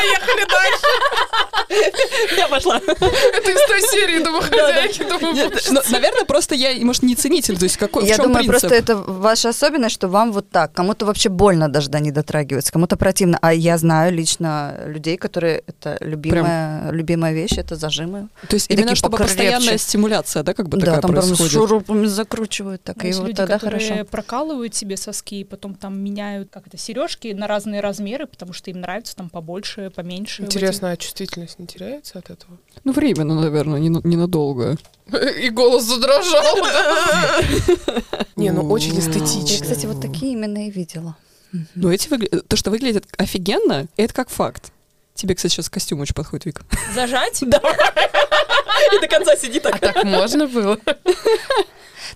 [SPEAKER 4] Поехали дальше.
[SPEAKER 3] я пошла.
[SPEAKER 4] Это из той серии домохозяйки, думаю,
[SPEAKER 3] Нет, ну, наверное, просто я, может, не ценитель, то есть какой, в
[SPEAKER 5] Я
[SPEAKER 3] чем
[SPEAKER 5] думаю,
[SPEAKER 3] принцип?
[SPEAKER 5] просто это ваша особенность, что вам вот так. Кому-то вообще больно даже до не дотрагиваться, кому-то противно. А я знаю лично людей, которые это любимая, любимая вещь, это зажимы.
[SPEAKER 3] То есть
[SPEAKER 5] И
[SPEAKER 3] именно
[SPEAKER 5] такие
[SPEAKER 3] чтобы
[SPEAKER 5] покрепче.
[SPEAKER 3] постоянная стимуляция, да, как бы
[SPEAKER 5] да,
[SPEAKER 3] такая
[SPEAKER 5] там прям с
[SPEAKER 3] происходит?
[SPEAKER 5] шурупами закручивают, так
[SPEAKER 2] А
[SPEAKER 5] и
[SPEAKER 2] есть
[SPEAKER 5] вот
[SPEAKER 2] люди,
[SPEAKER 5] тогда
[SPEAKER 2] которые
[SPEAKER 5] хорошо.
[SPEAKER 2] прокалывают себе соски и потом там меняют, как это, сережки на разные размеры, потому что им нравится там побольше, поменьше. в этих-
[SPEAKER 4] Интересно, а чувствительность не теряется от этого?
[SPEAKER 3] Ну, временно, наверное, не, ненадолго.
[SPEAKER 4] И голос задрожал. Не, ну очень
[SPEAKER 5] Я,
[SPEAKER 4] эстетично.
[SPEAKER 5] кстати, вот такие именно и видела.
[SPEAKER 3] Но эти выгля- то, что выглядит офигенно, это как факт. Тебе, кстати, сейчас костюм очень подходит,
[SPEAKER 4] <laughs>
[SPEAKER 3] Вик.
[SPEAKER 2] Зажать?
[SPEAKER 3] И до конца сиди
[SPEAKER 4] А так можно было?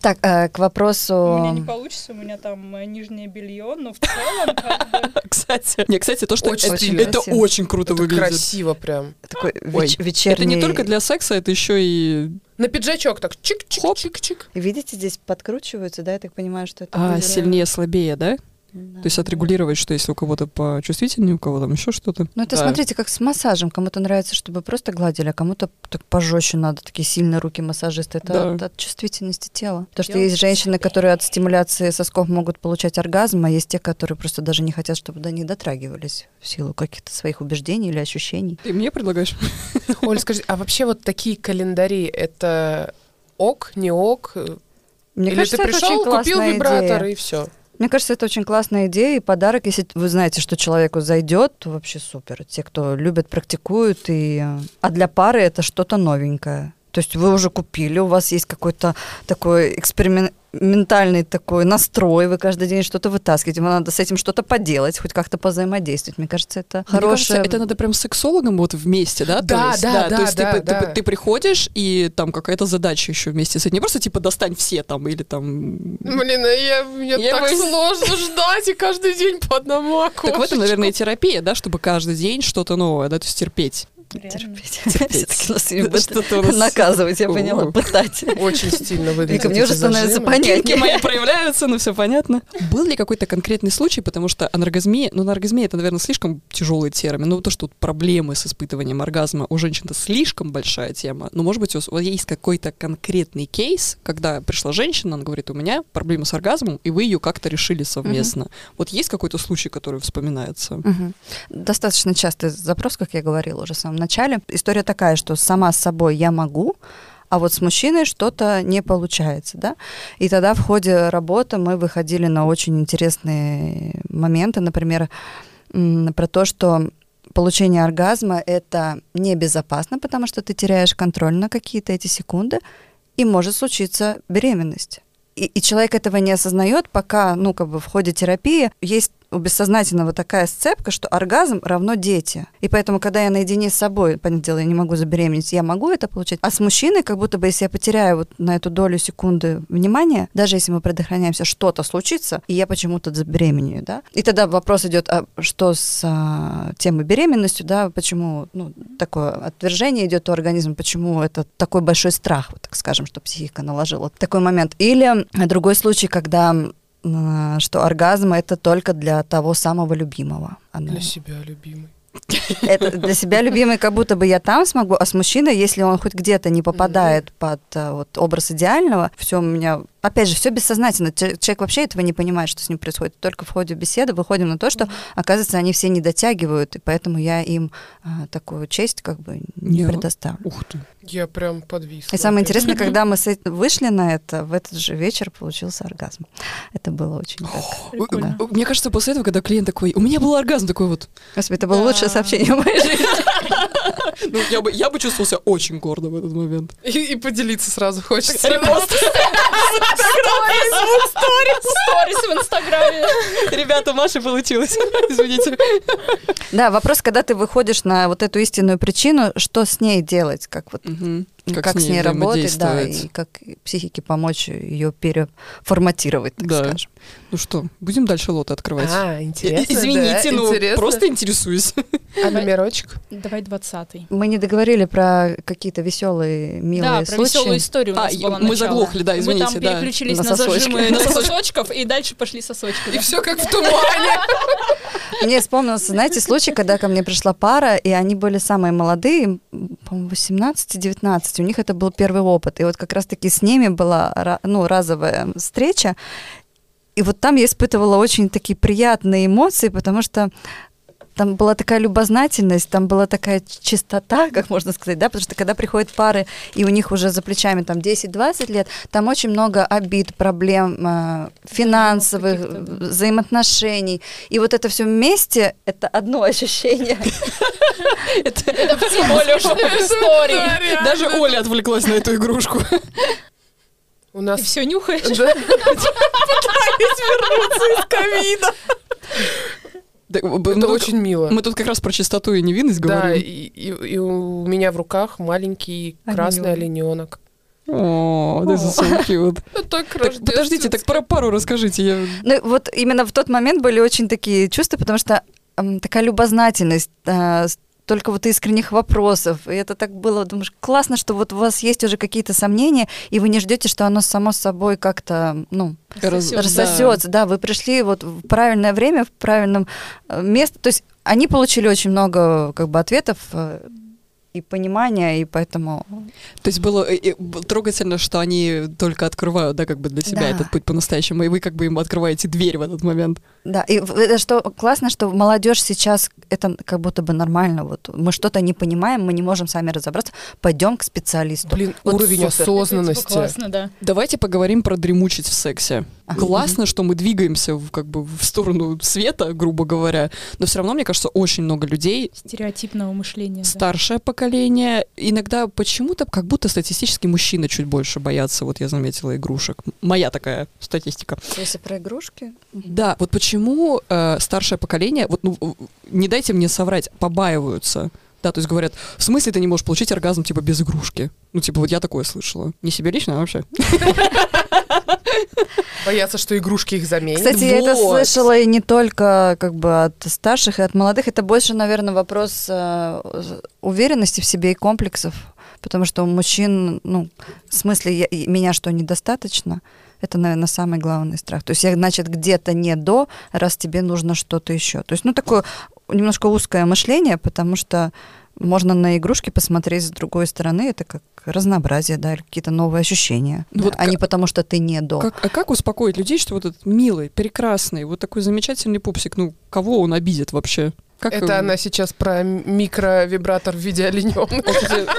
[SPEAKER 5] Так, э, к
[SPEAKER 2] У меня не
[SPEAKER 5] вопросу...
[SPEAKER 2] получится, у меня там э, нижнее белье, но в целом как бы,
[SPEAKER 3] Кстати. Не, кстати, то, что
[SPEAKER 4] Очень
[SPEAKER 3] это,
[SPEAKER 4] стильно.
[SPEAKER 3] это
[SPEAKER 5] красиво.
[SPEAKER 3] очень круто
[SPEAKER 4] Это
[SPEAKER 3] выглядит.
[SPEAKER 4] красиво прям.
[SPEAKER 5] Такой
[SPEAKER 3] Ой.
[SPEAKER 5] веч-
[SPEAKER 3] Это
[SPEAKER 5] вечерний...
[SPEAKER 3] не только для секса, это еще и
[SPEAKER 4] На пиджачок так
[SPEAKER 3] Хоп.
[SPEAKER 4] чик-чик-чик-чик.
[SPEAKER 5] Видите, здесь подкручиваются, да, я так понимаю, что это...
[SPEAKER 3] а,
[SPEAKER 5] будет-
[SPEAKER 3] сильнее, слабее, да?
[SPEAKER 5] Да.
[SPEAKER 3] То есть отрегулировать, что если у кого-то почувствительнее, у кого там еще что-то.
[SPEAKER 5] Ну, это
[SPEAKER 3] Да.
[SPEAKER 5] смотрите, как с массажем. Кому-то нравится, чтобы просто гладили, а кому-то так пожестче надо, такие сильные руки массажисты. Это
[SPEAKER 3] Да.
[SPEAKER 5] от, от чувствительности тела. Потому что
[SPEAKER 2] Дело
[SPEAKER 5] есть
[SPEAKER 2] в
[SPEAKER 5] женщины,
[SPEAKER 2] себе.
[SPEAKER 5] которые от стимуляции сосков могут получать оргазм, а есть те, которые просто даже не хотят, чтобы до них дотрагивались в силу каких-то своих убеждений или ощущений.
[SPEAKER 3] Ты мне предлагаешь?
[SPEAKER 4] Оль, скажи, а вообще вот такие календари, это ок, не ок?
[SPEAKER 5] Мне
[SPEAKER 4] Или
[SPEAKER 5] кажется,
[SPEAKER 4] ты
[SPEAKER 5] это
[SPEAKER 4] пришел,
[SPEAKER 5] очень
[SPEAKER 4] купил
[SPEAKER 5] классная
[SPEAKER 4] вибратор
[SPEAKER 5] идея.
[SPEAKER 4] и все?
[SPEAKER 5] Мне кажется, это очень классная идея и подарок. Если вы знаете, что человеку зайдет, то вообще супер. Те, кто любят, практикуют. И... э, А для пары это что-то новенькое. То есть вы уже купили, у вас есть какой-то такой экспериментальный такой настрой, вы каждый день что-то вытаскиваете, вам надо с этим что-то поделать, хоть как-то позаимодействовать. Мне кажется, это
[SPEAKER 3] Мне кажется,
[SPEAKER 5] хорошее...
[SPEAKER 3] это надо прям с сексологом вот вместе, да? то
[SPEAKER 4] Да,
[SPEAKER 3] есть,
[SPEAKER 4] да, да,
[SPEAKER 3] То есть ты
[SPEAKER 4] да,
[SPEAKER 3] п- ты,
[SPEAKER 4] да.
[SPEAKER 3] п- ты приходишь, и там какая-то задача еще вместе с этим. Не просто типа достань все там, или там...
[SPEAKER 4] Блин, а я, мне
[SPEAKER 3] Я
[SPEAKER 4] так
[SPEAKER 3] бы-
[SPEAKER 4] сложно ждать, и каждый день по одному окошечку.
[SPEAKER 3] Так в этом, наверное, и терапия, да, чтобы каждый день что-то новое, да, то есть терпеть.
[SPEAKER 2] реально.
[SPEAKER 5] Терпеть.
[SPEAKER 3] <laughs> Терпеть.
[SPEAKER 5] <laughs> Всё-таки нас не
[SPEAKER 3] Да
[SPEAKER 5] будет
[SPEAKER 3] что-то у нас-
[SPEAKER 5] наказывать, я
[SPEAKER 3] О.
[SPEAKER 5] поняла, пытать.
[SPEAKER 4] Очень стильно выглядит.
[SPEAKER 5] Вика, мне уже становится
[SPEAKER 3] Деньги
[SPEAKER 5] понятнее.
[SPEAKER 3] мои проявляются, ну все понятно. Был ли какой-то конкретный случай, потому что анаргазмия, ну анаргазмия это, наверное, слишком тяжелый термин, ну то, что тут проблемы с испытыванием оргазма у женщин-то слишком большая тема, но может быть у вас у вас есть какой-то конкретный кейс, когда пришла женщина, она говорит, у меня проблема с оргазмом, и вы ее как-то решили совместно. Вот есть какой-то случай, который вспоминается?
[SPEAKER 5] Мгм. Достаточно частый запрос, как я говорила уже в самом начале. История такая, что сама с собой я могу, а вот с мужчиной что-то не получается, да? И тогда в ходе работы мы выходили на очень интересные моменты, например, м, про то, что получение оргазма это небезопасно, потому что ты теряешь контроль на какие-то эти секунды, и может случиться беременность. И, и человек этого не осознает, пока, ну, как бы в ходе терапии есть у бессознательного такая сцепка, что оргазм равно дети. И поэтому, когда я наедине с собой, понятное дело, я не могу забеременеть, я могу это получить. А с мужчиной, как будто бы, если я потеряю вот на эту долю секунды внимания, даже если мы предохраняемся, что-то случится, и я почему-то забеременею, да. И тогда вопрос идет, а что с а, темой беременностью, да, почему ну, такое отвержение идет у организма, почему это такой большой страх, вот так скажем, что психика наложила. Такой момент. Или э, другой случай, когда м, э, а, что оргазм это только для того самого любимого. Оно-
[SPEAKER 4] Для себя любимый.
[SPEAKER 5] Это для себя любимый, как будто бы я там смогу, а с мужчиной, если он хоть где-то не попадает под а, вот, образ идеального, все у меня... Опять же, все бессознательно. Че- Человек вообще этого не понимает, что с ним происходит. Только в ходе беседы выходим на то, что, оказывается, они все не дотягивают, и поэтому я им а, такую честь как бы не
[SPEAKER 3] Я-
[SPEAKER 5] предоставлю.
[SPEAKER 3] Ух ты.
[SPEAKER 4] Я прям подвисла.
[SPEAKER 5] И самое интересное, когда мы с эт- вышли на это, в этот же вечер получился оргазм. Это было очень так.
[SPEAKER 2] Прикольно.
[SPEAKER 3] Э, э, Мне кажется, после этого, когда клиент такой, у меня был оргазм, такой вот.
[SPEAKER 5] Господи, это было
[SPEAKER 2] Да.
[SPEAKER 5] лучшее сообщение в моей жизни.
[SPEAKER 3] Ну, я бы, я бы чувствовал себя очень гордо в этот момент.
[SPEAKER 4] И, и поделиться сразу хочется.
[SPEAKER 2] <laughs> Сторис в Инстаграме.
[SPEAKER 3] Ребята, Маша получилось. <laughs> Извините.
[SPEAKER 5] Да, вопрос, когда ты выходишь на вот эту истинную причину, что с ней делать, как вот как, с ней работать, да,
[SPEAKER 3] взаимодействовать.
[SPEAKER 5] и как психике помочь ее переформатировать, так
[SPEAKER 3] Да.
[SPEAKER 5] скажем.
[SPEAKER 3] Ну что, будем дальше лоты открывать?
[SPEAKER 4] А,
[SPEAKER 3] И-
[SPEAKER 4] интересно.
[SPEAKER 3] Извините,
[SPEAKER 4] да,
[SPEAKER 3] ну
[SPEAKER 4] интересно.
[SPEAKER 3] просто интересуюсь.
[SPEAKER 4] А номерочек?
[SPEAKER 2] Давай двадцатый.
[SPEAKER 5] Мы не договорили про какие-то веселые,
[SPEAKER 2] Да,
[SPEAKER 5] милые
[SPEAKER 2] про
[SPEAKER 5] случаи.
[SPEAKER 2] веселую историю у
[SPEAKER 3] А,
[SPEAKER 2] нас
[SPEAKER 3] и-
[SPEAKER 2] было
[SPEAKER 3] мы
[SPEAKER 2] начало.
[SPEAKER 3] заглохли, да, извините,
[SPEAKER 2] Мы там
[SPEAKER 3] да.
[SPEAKER 2] переключились
[SPEAKER 5] На
[SPEAKER 2] на, зажимы
[SPEAKER 5] сосочки.
[SPEAKER 2] на сосочков и дальше пошли сосочки.
[SPEAKER 4] И все как в тумане.
[SPEAKER 5] Мне вспомнился, знаете, случай, когда ко мне пришла пара, и они были самые молодые, им, по-моему, 18-19, у них это был первый опыт. И вот как раз-таки с ними была ра- ну, разовая встреча, и вот там я испытывала очень такие приятные эмоции, потому что там была такая любознательность, там была такая чистота, <laughs> как можно сказать, да, потому что когда приходят пары, и у них уже за плечами там 10-20 лет, там очень много обид, проблем э, финансовых,
[SPEAKER 2] каких-то,
[SPEAKER 5] э, взаимоотношений. И вот это все вместе, это одно <laughs> ощущение.
[SPEAKER 2] Это <laughs> в более истории.
[SPEAKER 3] <laughs> Даже Оля отвлеклась на эту игрушку.
[SPEAKER 4] У
[SPEAKER 2] Ты
[SPEAKER 4] нас...
[SPEAKER 2] все нюхаешь.
[SPEAKER 4] Да.
[SPEAKER 3] Да, б- мы
[SPEAKER 4] Это
[SPEAKER 3] тут-
[SPEAKER 4] очень мило.
[SPEAKER 3] Ну, Мы тут как раз про чистоту и невинность
[SPEAKER 4] Да, и,
[SPEAKER 3] говорим.
[SPEAKER 4] и- и у меня в руках маленький красный олененок.
[SPEAKER 3] О, this is so cute.
[SPEAKER 4] Ну так
[SPEAKER 3] Так, подождите, так про пару расскажите. Я...
[SPEAKER 5] Ну, вот именно в тот момент были очень такие чувства, потому что м, такая любознательность, а, столько вот искренних вопросов. И это так было, думаешь, классно, что вот у вас есть уже какие-то сомнения, и вы не ждете, что оно само собой как-то, ну,
[SPEAKER 3] Раз-
[SPEAKER 2] Всё, да.
[SPEAKER 5] рассосется. Да. вы пришли вот в правильное время, в правильном э, месте. То есть они получили очень много как бы ответов э, и понимания, и поэтому
[SPEAKER 3] То есть было э, э, б- трогательно, что они только открывают, да, как бы для себя
[SPEAKER 5] Да.
[SPEAKER 3] этот путь по-настоящему, и вы как бы им открываете дверь в этот момент.
[SPEAKER 5] Да, и в- это что классно, что молодежь сейчас это как будто бы нормально. Вот мы что-то не понимаем, мы не можем сами разобраться. Пойдем к специалисту.
[SPEAKER 4] Блин,
[SPEAKER 5] Вот
[SPEAKER 4] уровень
[SPEAKER 5] супер.
[SPEAKER 2] Это, типа,
[SPEAKER 4] осознанности.
[SPEAKER 2] Классно, да.
[SPEAKER 3] Давайте поговорим про дремучить в сексе.
[SPEAKER 5] Ага.
[SPEAKER 3] Классно, что мы двигаемся в, как бы в сторону света, грубо говоря, но все равно, мне кажется, очень много людей
[SPEAKER 2] Стереотипного мышления. да.
[SPEAKER 3] старшее поколение. Иногда почему-то как будто статистически мужчины чуть больше боятся, вот я заметила, игрушек. М- Моя такая статистика.
[SPEAKER 5] Если про игрушки.
[SPEAKER 3] Да, вот почему э, старшее поколение, вот ну, в- не дайте мне соврать, побаиваются. Да, то есть говорят, в смысле ты не можешь получить оргазм типа без игрушки? Ну, типа, вот я такое слышала. Не себе лично, а вообще.
[SPEAKER 4] Боятся, что игрушки их заменят.
[SPEAKER 5] Кстати, я это
[SPEAKER 3] Вот.
[SPEAKER 5] слышала и не только как бы от старших и от молодых. Это больше, наверное, вопрос э, уверенности в себе и комплексов. Потому что у мужчин, ну, в смысле, я- и меня что, недостаточно? Это, наверное, самый главный страх. То есть, я, значит, где-то не до, раз тебе нужно что-то еще. То есть, ну, такое немножко узкое мышление, потому что можно на игрушки посмотреть с другой стороны. Это как разнообразие, да, или какие-то новые ощущения.
[SPEAKER 3] Ну
[SPEAKER 5] да,
[SPEAKER 3] вот
[SPEAKER 5] а
[SPEAKER 3] ка-
[SPEAKER 5] не потому, что ты не до.
[SPEAKER 3] Как, а как успокоить людей, что вот этот милый, прекрасный, вот такой замечательный пупсик, ну, кого он обидит вообще? Как
[SPEAKER 4] Это
[SPEAKER 3] э,
[SPEAKER 4] она сейчас про микровибратор в виде олененка.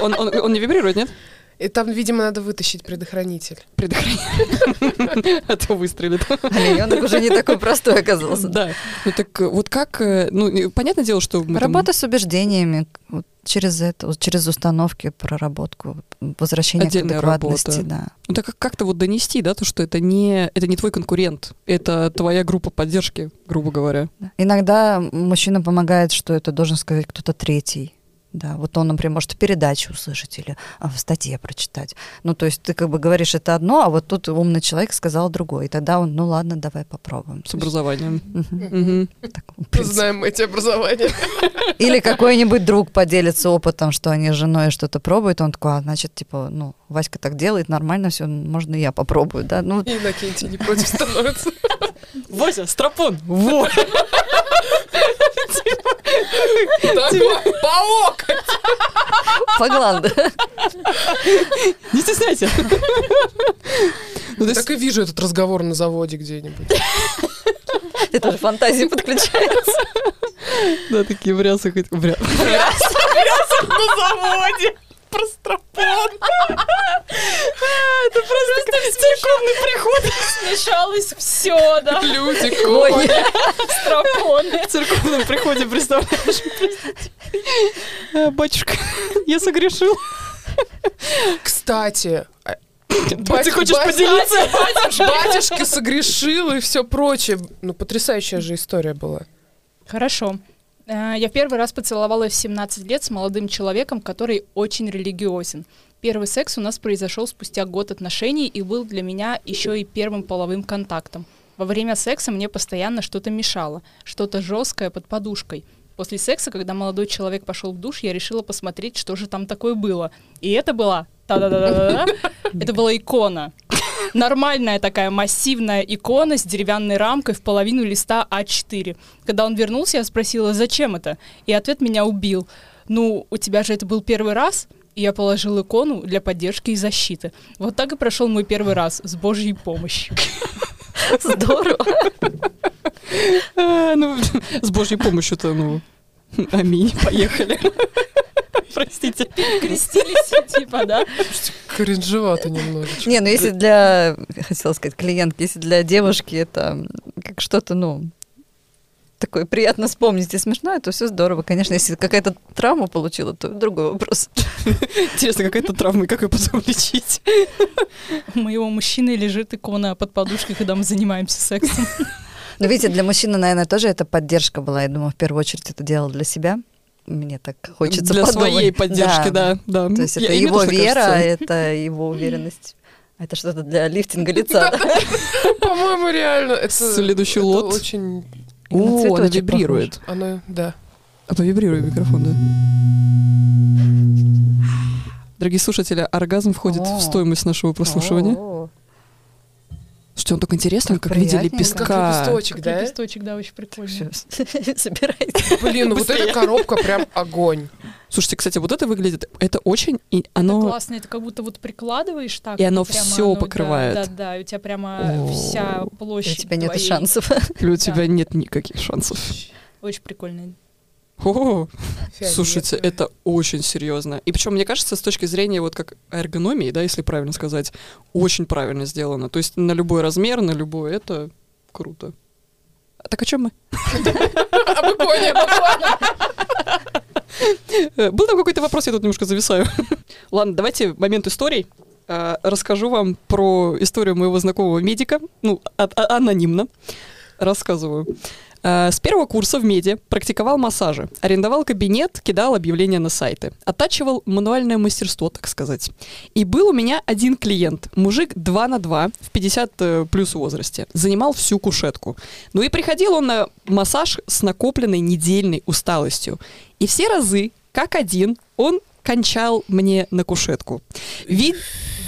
[SPEAKER 3] <laughs> Он, он- он не вибрирует, нет?
[SPEAKER 4] И там, видимо, надо вытащить предохранитель.
[SPEAKER 3] Предохраняет. А то выстрелит.
[SPEAKER 5] Олененок уже не такой простой оказался.
[SPEAKER 3] Да. Ну так э, вот как, э, ну, и понятное дело, что мы там-
[SPEAKER 5] Работа с убеждениями вот через это, вот через установки, проработку, возвращение
[SPEAKER 3] Отдельная
[SPEAKER 5] к адекватности,
[SPEAKER 3] работа.
[SPEAKER 5] да.
[SPEAKER 3] Ну так как- как-то вот донести, да, то, что это не, это не твой конкурент, это твоя группа поддержки, грубо говоря.
[SPEAKER 5] Да. Иногда мужчина помогает, что это должен сказать кто-то третий. Да, вот он, например, может в передаче услышать или а, в статье прочитать. Ну, то есть ты как бы говоришь это одно, а вот тут умный человек сказал другое. И тогда он, ну ладно, давай попробуем.
[SPEAKER 3] С образованием.
[SPEAKER 5] Мгм.
[SPEAKER 3] Мгм.
[SPEAKER 5] Так, в принципе.
[SPEAKER 4] Знаем мы эти образования.
[SPEAKER 5] Или какой-нибудь друг поделится опытом, что они с женой что-то пробуют, он такой, а, значит, типа, ну, Васька так делает, нормально все, можно и я попробую, да? Ну,
[SPEAKER 4] И Иннокентий не против становится.
[SPEAKER 3] Вася, стропон! Вот!
[SPEAKER 4] Такой паук!
[SPEAKER 5] Фаглан, да.
[SPEAKER 3] Не стесняйся. <laughs> Ну, то есть-
[SPEAKER 4] Так и вижу этот разговор на заводе где-нибудь.
[SPEAKER 5] <laughs> Это же фантазии подключается.
[SPEAKER 3] Да, такие в рясах. и- в ря- <laughs>
[SPEAKER 4] На заводе! Простропон!
[SPEAKER 2] Это просто церковный приход. <laughs> Смешалось все, да,
[SPEAKER 4] Люди,
[SPEAKER 5] Ой,
[SPEAKER 4] кони.
[SPEAKER 2] стропоны.
[SPEAKER 3] В церковном приходе, представляешь? Э, Батюшка, <laughs> я согрешил.
[SPEAKER 4] Кстати, а-
[SPEAKER 3] Ты
[SPEAKER 4] бать-
[SPEAKER 3] хочешь
[SPEAKER 4] бать-
[SPEAKER 3] поделиться?
[SPEAKER 4] Батюшка согрешил и все прочее. Ну, потрясающая же история была.
[SPEAKER 2] Хорошо. Э, Я в первый раз поцеловалась в 17 лет с молодым человеком, который очень религиозен. Первый секс у нас произошел спустя год отношений и был для меня еще и первым половым контактом. Во время секса мне постоянно что-то мешало, что-то жесткое под подушкой. После секса, когда молодой человек пошел в душ, я решила посмотреть, что же там такое было. И это была... Та-да-да-да-да. Это была икона. Нормальная такая массивная икона с деревянной рамкой в половину листа А4. Когда он вернулся, я спросила, зачем это? И ответ меня убил. Ну, у тебя же это был первый раз? И я положил икону для поддержки и защиты. Вот так и прошел мой первый раз с Божьей помощью.
[SPEAKER 5] здорово.
[SPEAKER 3] Э, Ну, <laughs> с Божьей помощью-то, ну, аминь, поехали. Простите.
[SPEAKER 2] <laughs> Крестились, <laughs> типа, да?
[SPEAKER 4] Кринжевато немножечко.
[SPEAKER 5] Не, ну если для, хотела сказать, клиентки, если для девушки это как что-то, ну, такое приятно вспомнить и смешное, то все здорово. Конечно, если какая-то травма получила, то другой вопрос.
[SPEAKER 3] Интересно, какая это травма и как ее потом лечить?
[SPEAKER 2] У моего мужчины лежит икона под подушкой, когда мы занимаемся сексом.
[SPEAKER 5] Ну, видите, для мужчины, наверное, тоже это поддержка была. Я думаю, в первую очередь это делала для себя. Мне так хочется
[SPEAKER 3] Для
[SPEAKER 5] подумать.
[SPEAKER 3] своей поддержки, да. да.
[SPEAKER 5] То есть
[SPEAKER 3] Я-
[SPEAKER 5] это
[SPEAKER 3] и мне
[SPEAKER 5] его
[SPEAKER 3] тоже так
[SPEAKER 5] вера,
[SPEAKER 3] кажется.
[SPEAKER 5] это его уверенность. А Это что-то
[SPEAKER 3] <laughs>
[SPEAKER 5] для лифтинга лица.
[SPEAKER 4] Ну, По-моему, реально. это-
[SPEAKER 3] Следующий
[SPEAKER 4] это
[SPEAKER 3] лот.
[SPEAKER 4] Очень...
[SPEAKER 5] на
[SPEAKER 3] О, она
[SPEAKER 5] цветочек
[SPEAKER 3] вибрирует.
[SPEAKER 4] Оно, да.
[SPEAKER 3] А повибрируй микрофон, да. Дорогие слушатели, оргазм входит
[SPEAKER 5] О.
[SPEAKER 3] в стоимость нашего прослушивания.
[SPEAKER 5] О,
[SPEAKER 3] Что он так интересно,
[SPEAKER 5] Как
[SPEAKER 3] как в виде
[SPEAKER 4] Как
[SPEAKER 5] приятненько.
[SPEAKER 3] лепестка.
[SPEAKER 4] лепесточек,
[SPEAKER 2] Как
[SPEAKER 4] да?
[SPEAKER 2] лепесточек, да, очень прикольно. <laughs>
[SPEAKER 5] всё, собирайте.
[SPEAKER 4] Блин, ну вот эта коробка прям огонь.
[SPEAKER 3] Слушайте, кстати, вот это выглядит, это очень, и
[SPEAKER 2] Это
[SPEAKER 3] оно...
[SPEAKER 2] классно, это как будто вот прикладываешь так.
[SPEAKER 3] И оно
[SPEAKER 2] прямо
[SPEAKER 3] всё покрывает.
[SPEAKER 2] Да, да, да, и у тебя прямо
[SPEAKER 3] О.
[SPEAKER 2] вся
[SPEAKER 5] У
[SPEAKER 2] площадь.
[SPEAKER 5] тебя нет
[SPEAKER 2] твоей.
[SPEAKER 5] шансов.
[SPEAKER 3] и У тебя нет никаких шансов.
[SPEAKER 2] Очень прикольно.
[SPEAKER 3] О,
[SPEAKER 4] Фиолетовый.
[SPEAKER 3] слушайте, это очень серьезно. И причем, мне кажется, с точки зрения вот как эргономии, да, если правильно сказать, очень правильно сделано. То есть на любой размер, на любой это круто. А Так о чем мы?
[SPEAKER 4] А вы поняли?
[SPEAKER 3] Э, Был там какой-то вопрос, я тут немножко зависаю. <laughs> Ладно, давайте момент историй. Э, Расскажу вам про историю моего знакомого медика, ну, а- а- анонимно. Рассказываю. Э, С первого курса в меди практиковал массажи, арендовал кабинет, кидал объявления на сайты, оттачивал мануальное мастерство, так сказать. И был у меня один клиент, мужик 2 на 2, в 50 э, плюс возрасте, занимал всю кушетку. Ну и приходил он на массаж с накопленной недельной усталостью. И все разы, как один, он кончал мне на кушетку. Вид...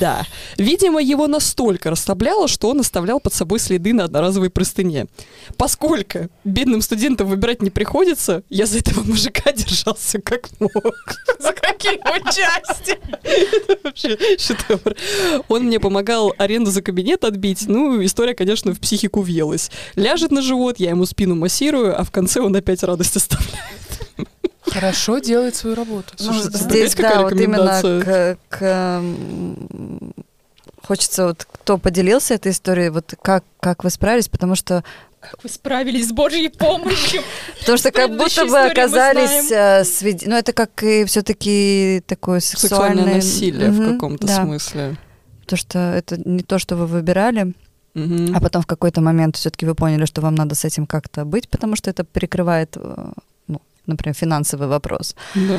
[SPEAKER 3] Да. Видимо, его настолько расслабляло, что он оставлял под собой следы на одноразовой простыне. Поскольку бедным студентам выбирать не приходится, я за этого мужика держался как мог.
[SPEAKER 4] За какие участия?
[SPEAKER 3] Вообще шедевр. Он мне помогал аренду за кабинет отбить. Ну, история, конечно, в психику въелась. Ляжет на живот, я ему спину массирую, а в конце он опять радость оставляет.
[SPEAKER 4] Хорошо делает свою работу.
[SPEAKER 5] Ну,
[SPEAKER 3] Слушайте,
[SPEAKER 5] здесь,
[SPEAKER 3] представляете, какая
[SPEAKER 5] да, вот именно
[SPEAKER 3] рекомендация?
[SPEAKER 5] к, к, м, хочется, вот кто поделился этой историей, вот как, как вы справились, потому что,
[SPEAKER 2] Как вы справились с
[SPEAKER 3] <laughs>
[SPEAKER 2] Божьей помощью?
[SPEAKER 5] потому что как
[SPEAKER 2] Предыдущие
[SPEAKER 5] будто бы
[SPEAKER 2] истории мы
[SPEAKER 5] оказались э, свид- ну это как и все-таки такое сексуальное...
[SPEAKER 3] Сексуальное насилие в
[SPEAKER 5] Мгм,
[SPEAKER 3] каком-то
[SPEAKER 5] да.
[SPEAKER 3] смысле.
[SPEAKER 5] То, что это не то, что вы выбирали,
[SPEAKER 3] Мгм.
[SPEAKER 5] а потом в какой-то момент все-таки вы поняли, что вам надо с этим как-то быть, потому что это перекрывает, э, ну, например, финансовый вопрос.
[SPEAKER 3] Да.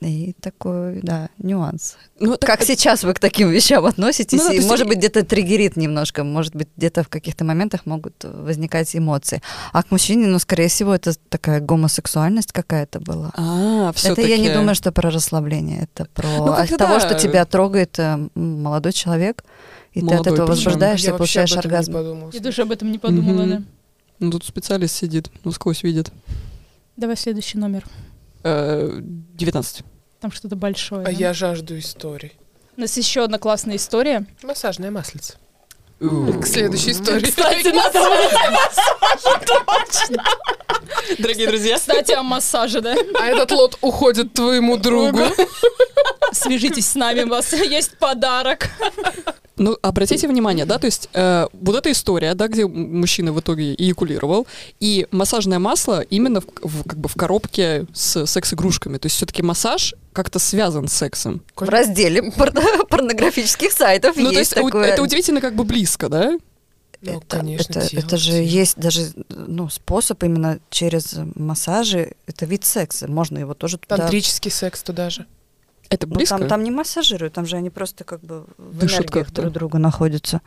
[SPEAKER 5] И такой, да, нюанс.
[SPEAKER 3] Ну, так
[SPEAKER 5] Как сейчас вы к таким вещам относитесь?
[SPEAKER 3] Ну да, то
[SPEAKER 5] и,
[SPEAKER 3] есть
[SPEAKER 5] может
[SPEAKER 3] и-
[SPEAKER 5] быть, где-то триггерит немножко, может быть, где-то в каких-то моментах могут э, возникать эмоции. А к мужчине, ну, скорее всего, это такая гомосексуальность какая-то была.
[SPEAKER 3] А,
[SPEAKER 5] Это
[SPEAKER 3] все-таки.
[SPEAKER 5] я не думаю, что про расслабление, это про
[SPEAKER 3] Ну,
[SPEAKER 5] от
[SPEAKER 3] как-то
[SPEAKER 5] того,
[SPEAKER 3] да.
[SPEAKER 5] что тебя трогает э, м, молодой человек, и ты
[SPEAKER 3] Молодой
[SPEAKER 5] от этого
[SPEAKER 3] причем.
[SPEAKER 5] возбуждаешься, получаешь оргазм.
[SPEAKER 2] Я даже об этом не подумала,
[SPEAKER 3] Мгм.
[SPEAKER 2] да.
[SPEAKER 3] Ну, тут специалист сидит, ну, сквозь видит.
[SPEAKER 2] Давай следующий номер.
[SPEAKER 3] э, 19.
[SPEAKER 2] Там что-то большое.
[SPEAKER 4] А
[SPEAKER 2] да?
[SPEAKER 4] я жажду историй.
[SPEAKER 2] У нас еще одна классная
[SPEAKER 4] <laughs>
[SPEAKER 2] история.
[SPEAKER 4] Массажная маслица.
[SPEAKER 3] Ух. <laughs>
[SPEAKER 4] К следующей истории.
[SPEAKER 3] Дорогие друзья,
[SPEAKER 5] <laughs>
[SPEAKER 2] Кстати, о массаже, да?
[SPEAKER 4] А этот лот уходит твоему другу.
[SPEAKER 2] Свяжитесь с нами, у вас
[SPEAKER 4] <laughs>
[SPEAKER 2] есть подарок.
[SPEAKER 3] Ну, обратите внимание, да, то есть э, вот эта история, да, где м- мужчина в итоге эякулировал, и массажное масло именно в, в- как бы в коробке с секс-игрушками. То есть все-таки массаж как-то связан с сексом.
[SPEAKER 5] В разделе пор- <laughs> порнографических сайтов
[SPEAKER 3] ну, то
[SPEAKER 5] есть
[SPEAKER 3] есть у-
[SPEAKER 5] такое. Э,
[SPEAKER 3] это удивительно как бы близко, да?
[SPEAKER 4] Ну,
[SPEAKER 5] Это-
[SPEAKER 4] конечно,
[SPEAKER 5] это,
[SPEAKER 4] дело
[SPEAKER 5] это же
[SPEAKER 4] всё.
[SPEAKER 5] есть даже ну, способ именно через массажи. Это вид секса. Можно его тоже туда...
[SPEAKER 4] Тантрический секс туда
[SPEAKER 5] <laughs>
[SPEAKER 4] же.
[SPEAKER 3] Это
[SPEAKER 5] Ну,
[SPEAKER 3] близко?
[SPEAKER 5] там, там не массажируют, там же они просто как бы в
[SPEAKER 3] Да
[SPEAKER 5] энергиях
[SPEAKER 3] шутках-то.
[SPEAKER 5] друг друга находятся.